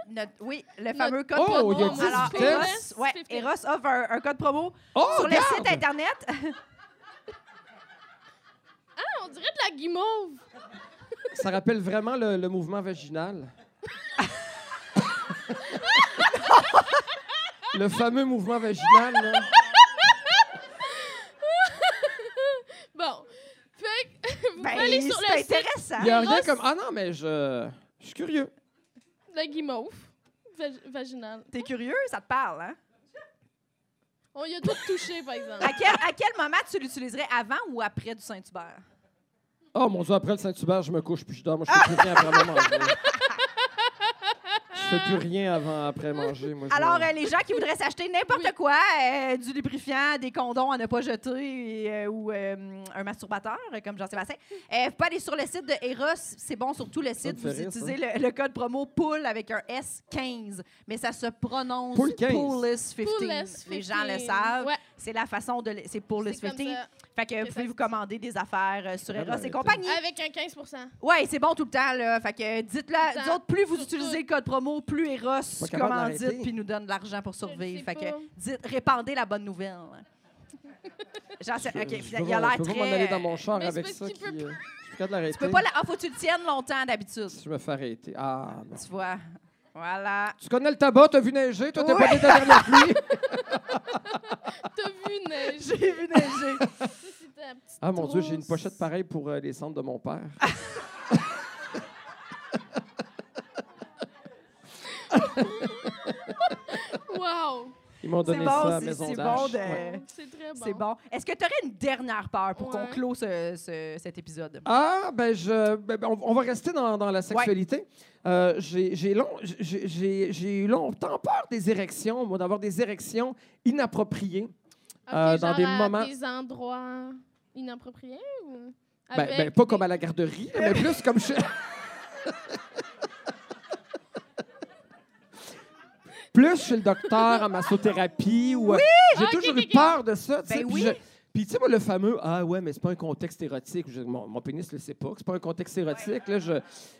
C: Notre- oui, le
D: Notre-
C: fameux code
E: Oh,
C: promo.
E: il y a dix
C: Alors,
D: vitesses.
C: Eros, ouais,
D: 50.
C: Eros offre un, un code promo
E: Oh,
C: sur le
E: regarde!
C: site Internet.
D: Ah, on dirait de la guimauve.
E: Ça rappelle vraiment le, le mouvement vaginal. le fameux mouvement vaginal, là.
D: Bon. Fait que vous
C: Ben,
D: pouvez aller sur
C: c'est
D: le site
C: intéressant.
E: Il n'y a rien
D: Ross-
E: comme. Ah non, mais je. Je suis curieux.
D: de la guimauve vag- vaginale.
C: T'es curieux? Ça te parle, hein?
D: On y a tout touché, par exemple.
C: À quel, à quel moment tu l'utiliserais avant ou après du Saint-Hubert?
E: Oh mon Dieu, après le Saint-Hubert, je me couche puis je dors. Moi, je fais plus rien après manger. Je fais plus rien avant après manger. Moi, je-
C: Alors, euh, les gens qui voudraient s'acheter n'importe
D: Oui.
C: quoi, euh, du lubrifiant, des condoms à ne pas jeter et, euh, ou euh, un masturbateur, euh, comme Jean-Sébastien, euh, vous pouvez aller sur le site de Eros. C'est bon sur tout le
E: Ça me
C: site.
E: fait
C: Vous
E: rire,
C: utilisez le, le code promo POUL avec un S15, mais ça se prononce
E: Poule 15.
D: Poules
C: 15.
D: 15.
C: Les gens le savent.
D: Ouais,
C: C'est la façon de... le- C'est Poules
D: c'est comme
C: 15.
D: ça.
C: Fait que
D: que
C: vous pouvez
D: ça
C: vous
D: se dit.
C: commander des affaires euh, sur
E: Ah,
C: Eros
E: ben,
C: et compagnie.
D: Avec un 15
C: Ouais, c'est bon tout le temps, là. Fait que euh, dites-le.
D: Tout le
C: Nous
D: temps,
C: autres, plus vous
D: sur
C: utilisez
D: tout.
C: le code promo, plus Eros
E: Pas capable
C: commandite
E: d'arrêter.
C: puis nous donne de l'argent pour survivre.
D: sais
C: Fait que
D: pas.
C: dites, répandez la bonne nouvelle. Genre, c'est-
E: Je-
C: OK,
E: je
C: il a-
E: peux
C: il a
E: pas-
C: l'air
E: Je peux
C: très...
E: pas m'en aller dans mon char
D: Mais c'est
E: avec
D: parce
E: ça.
D: qu'il
E: Qui,
D: peut
E: euh, je suis pas de l'arrêter.
C: Tu peux pas... La... Ah, faut que tu le tiennes longtemps, d'habitude.
E: Je me fais arrêter. Ah, non.
C: Tu vois. Voilà.
E: Tu connais le tabac, t'as vu neiger, toi t'es
C: Oui.
E: pas né de la dernière pluie.
D: T'as vu
C: J'ai
D: neiger.
C: vu neiger.
D: Ça, c'était la petite
E: Ah mon Dieu, j'ai une
D: trousse.
E: pochette pareille pour euh, les cendres de mon père.
D: Wow.
E: Ils m'ont
C: C'est
E: donné ça à
C: bon,
E: la
C: c'est
E: maison
C: c'est
E: d'âge.
C: bon de...
E: Ouais.
D: C'est très bon.
C: C'est bon. Est-ce que tu aurais une dernière peur pour qu'on
D: Ouais.
C: clôt ce- ce- cet épisode?
E: Ah, ben, je, ben, ben, on, on va rester dans, dans la sexualité. Euh, j'ai j'ai long- j'ai- j'ai- j'ai eu longtemps peur des érections, moi, d'avoir des érections inappropriées.
D: Ok,
E: Euh, dans
D: genre
E: des
D: à
E: moments-
D: des endroits inappropriés ou
E: Ben, ben, pas comme à la garderie, mais plus comme chez... plus chez le docteur en massothérapie. Ou, euh, J'ai
D: Ah, ok,
E: toujours
D: ok,
E: eu
D: ok.
E: peur de ça. tu sais,
C: Ben
E: puis
C: oui.
E: je- Puis tu sais, moi, le fameux « Ah ouais, mais c'est pas un contexte érotique. » Je dis, Mon, mon pénis le sait pas que c'est pas un contexte érotique. Là, je,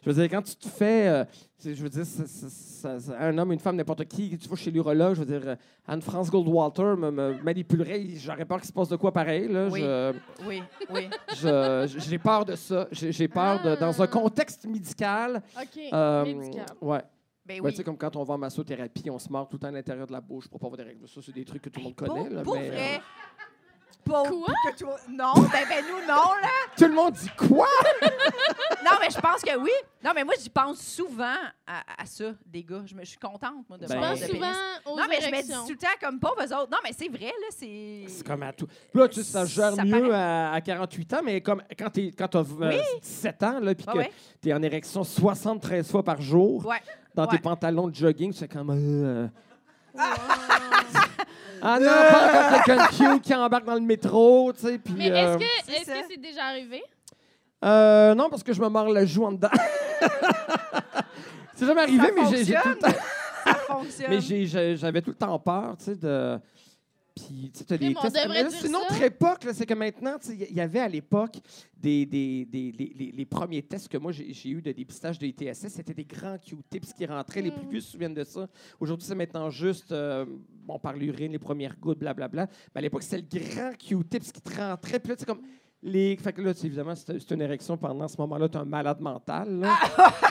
E: je veux dire, quand tu te fais... euh, c'est- je veux dire, ça- ça- ça- ça- un homme, une femme, n'importe qui, tu vas chez l'urologue, je veux dire, euh, Anne-France Goldwater me, me manipulerait. J'aurais peur qu'il se passe de quoi pareil. Là,
C: Oui.
E: je-
C: Oui, oui.
E: je- j- J'ai peur de ça. J'ai j'ai peur de, dans un contexte médical.
D: OK,
E: euh,
D: Eh, médical.
E: Ouais.
C: Ben
E: Ouais,
C: oui.
E: tu sais, comme quand on va en massothérapie, on se marre tout le temps à l'intérieur de la bouche pour pas avoir des règles. Ça, c'est des trucs que tout le monde connaît.
C: Eh, Pour,
E: là,
C: pour
E: mais,
C: vrai.
E: euh,
C: Pour,
D: Quoi?
C: pour que toi- Non, ben, ben nous, non, là.
E: tout le monde dit quoi?
C: Non, mais je pense que oui. Non, mais moi, j'y pense souvent à, à ça, des gars. Je, me- je suis contente, moi, de
D: Je
E: Ben,
C: mon
D: pense
C: de
E: pénis.
D: souvent aux
C: Non, mais je me dis
D: érections.
C: tout le temps comme pauvres eux autres. Non, mais c'est vrai, là, c'est...
E: C'est comme à tout. Là, tu sais, ça gère
C: Ça
E: mieux à, à 48 ans, mais comme quand tu quand t'as euh, 17 ans, là, puis
C: Ah
E: que
C: ouais?
E: tu es en érection 73 fois par jour,
C: Ouais.
E: dans
C: Ouais.
E: tes pantalons de jogging, c'est comme. euh,
D: Wow.
E: Ah non, pas encore quelqu'un de cute qui embarque dans le métro, tu sais, puis.
D: Mais
E: euh,
D: est-ce que
C: C'est
D: est-ce
C: ça.
D: que c'est déjà arrivé?
E: Euh, non, parce que je me mords le joue en dedans. c'est jamais arrivé,
C: Ça
E: mais j'ai- j'ai tout le
C: fonctionne.
E: temps-
C: Ça fonctionne.
E: mais j'ai- j'ai- j'avais tout le temps peur, tu sais, de. Puis, tu sais, t'as des
D: mais on
E: tests.
D: devrait
E: Mais là,
D: dire
E: C'est une
D: ça.
E: autre époque, là, c'est que maintenant, tu sais, il y avait à l'époque des, des, des- les, les- les premiers tests que moi j'ai j'ai eu de dépistage de ITSS, c'était des grands Q-tips qui rentraient. Les plus
D: Mm.
E: vieux se souviennent de ça. Aujourd'hui, c'est maintenant juste, euh, bon, par l'urine, les premières gouttes, blablabla. Mais à l'époque, c'était le grand Q-tips qui te rentrait. Puis là, c'est comme. Les... Fait que là, tu sais, évidemment, c'est c'est une érection pendant ce moment-là, t'es un malade mental. là.
D: Ah!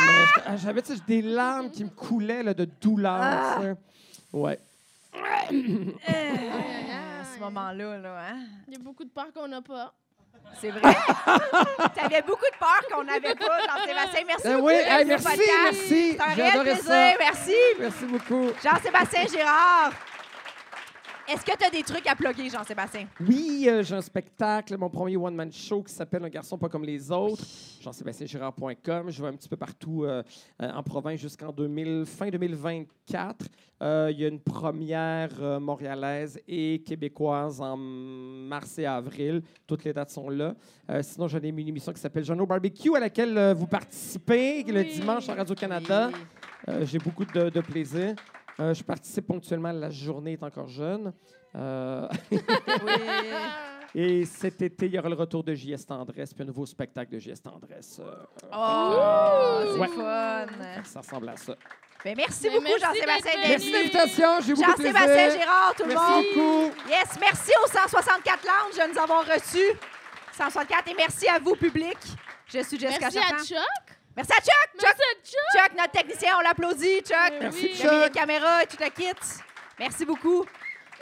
E: Mais je- ah, J'avais tu sais, des larmes qui me coulaient là, de douleur.
C: Ah!
E: tu sais. Ouais.
C: Euh, à ce moment-là, là, hein?
D: Il y a beaucoup de peurs qu'on n'a pas.
C: C'est vrai. T'avais beaucoup de peur qu'on n'avait pas, Jean-Sébastien. Merci
E: Ben
C: beaucoup
E: oui,
C: d'être venu
E: hey,
C: au
E: merci,
C: podcast.
E: merci.
C: C'est un
E: J'ai
C: réel
E: adoré
C: plaisir.
E: ça.
C: Merci.
E: Merci beaucoup.
C: Jean-Sébastien Girard. Est-ce que tu as des trucs à plugger, Jean-Sébastien?
E: Oui, euh, j'ai un spectacle, mon premier one-man show qui s'appelle Un garçon pas comme les autres. ben, Jean-Sébastien Girard.com. Je vais un petit peu partout euh, euh, en province jusqu'en 2000 fin 2024. Euh, Il y a une première euh, montréalaise et québécoise en mars et avril. Toutes les dates sont là. Euh, sinon, j'en ai mis une émission qui s'appelle Jeannot Barbecue à laquelle euh, vous participez le
D: Oui.
E: dimanche à Radio-Canada. Euh, j'ai beaucoup de, de plaisir. Euh, je participe ponctuellement à La Journée est encore jeune. Euh, et cet été, il y aura le retour de J.S. Tendresse, puis un nouveau spectacle de J.S. Tendresse. Euh,
C: Oh, c'est
E: Ouais.
C: fun.
E: ça ressemble à ça.
C: Ben, merci
D: Ben,
C: beaucoup,
D: merci
C: Jean-Sébastien.
D: d'être
C: d'être
E: Merci de
C: venu.
E: l'invitation. J'ai beaucoup de plaisir.
C: Jean-Sébastien Gérard, tout le monde.
E: Merci beaucoup.
C: Yes, merci aux 164 Lounge de nous avoir reçus. 164, et merci à vous, public. Je suis Jessica
D: Merci à
C: Chartrand.
D: Chuck.
C: Merci à Chuck. Chuck,
D: Merci à Chuck.
C: Chuck, notre technicien, on l'applaudit. Chuck,
D: Ben
E: Merci,
D: oui.
E: Chuck.
C: il a mis les caméras et tout le kit. Merci beaucoup.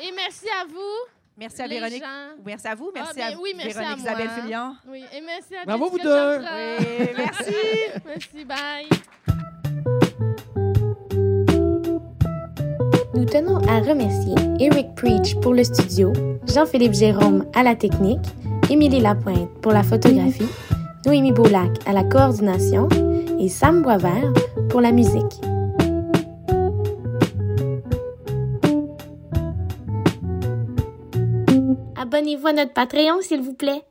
D: Et merci à vous,
C: Merci à
D: les
C: Véronique.
D: gens.
C: Merci à vous. Merci
D: ben
C: à
D: oui, merci
C: Véronique
D: à moi. hein. Ah.
C: Isabelle Fillon.
D: Oui, et merci à
E: Bravo,
D: Jessica
E: vous deux.
D: Chartrand.
C: Et merci.
D: Merci, bye.
F: Nous tenons à remercier Eric Preach pour le studio, Jean-Philippe Jérôme à la technique, Émilie Lapointe pour la photographie, Noémie Boulac à la coordination et Sam Boisvert pour la musique. Abonnez-vous à notre Patreon, s'il vous plaît.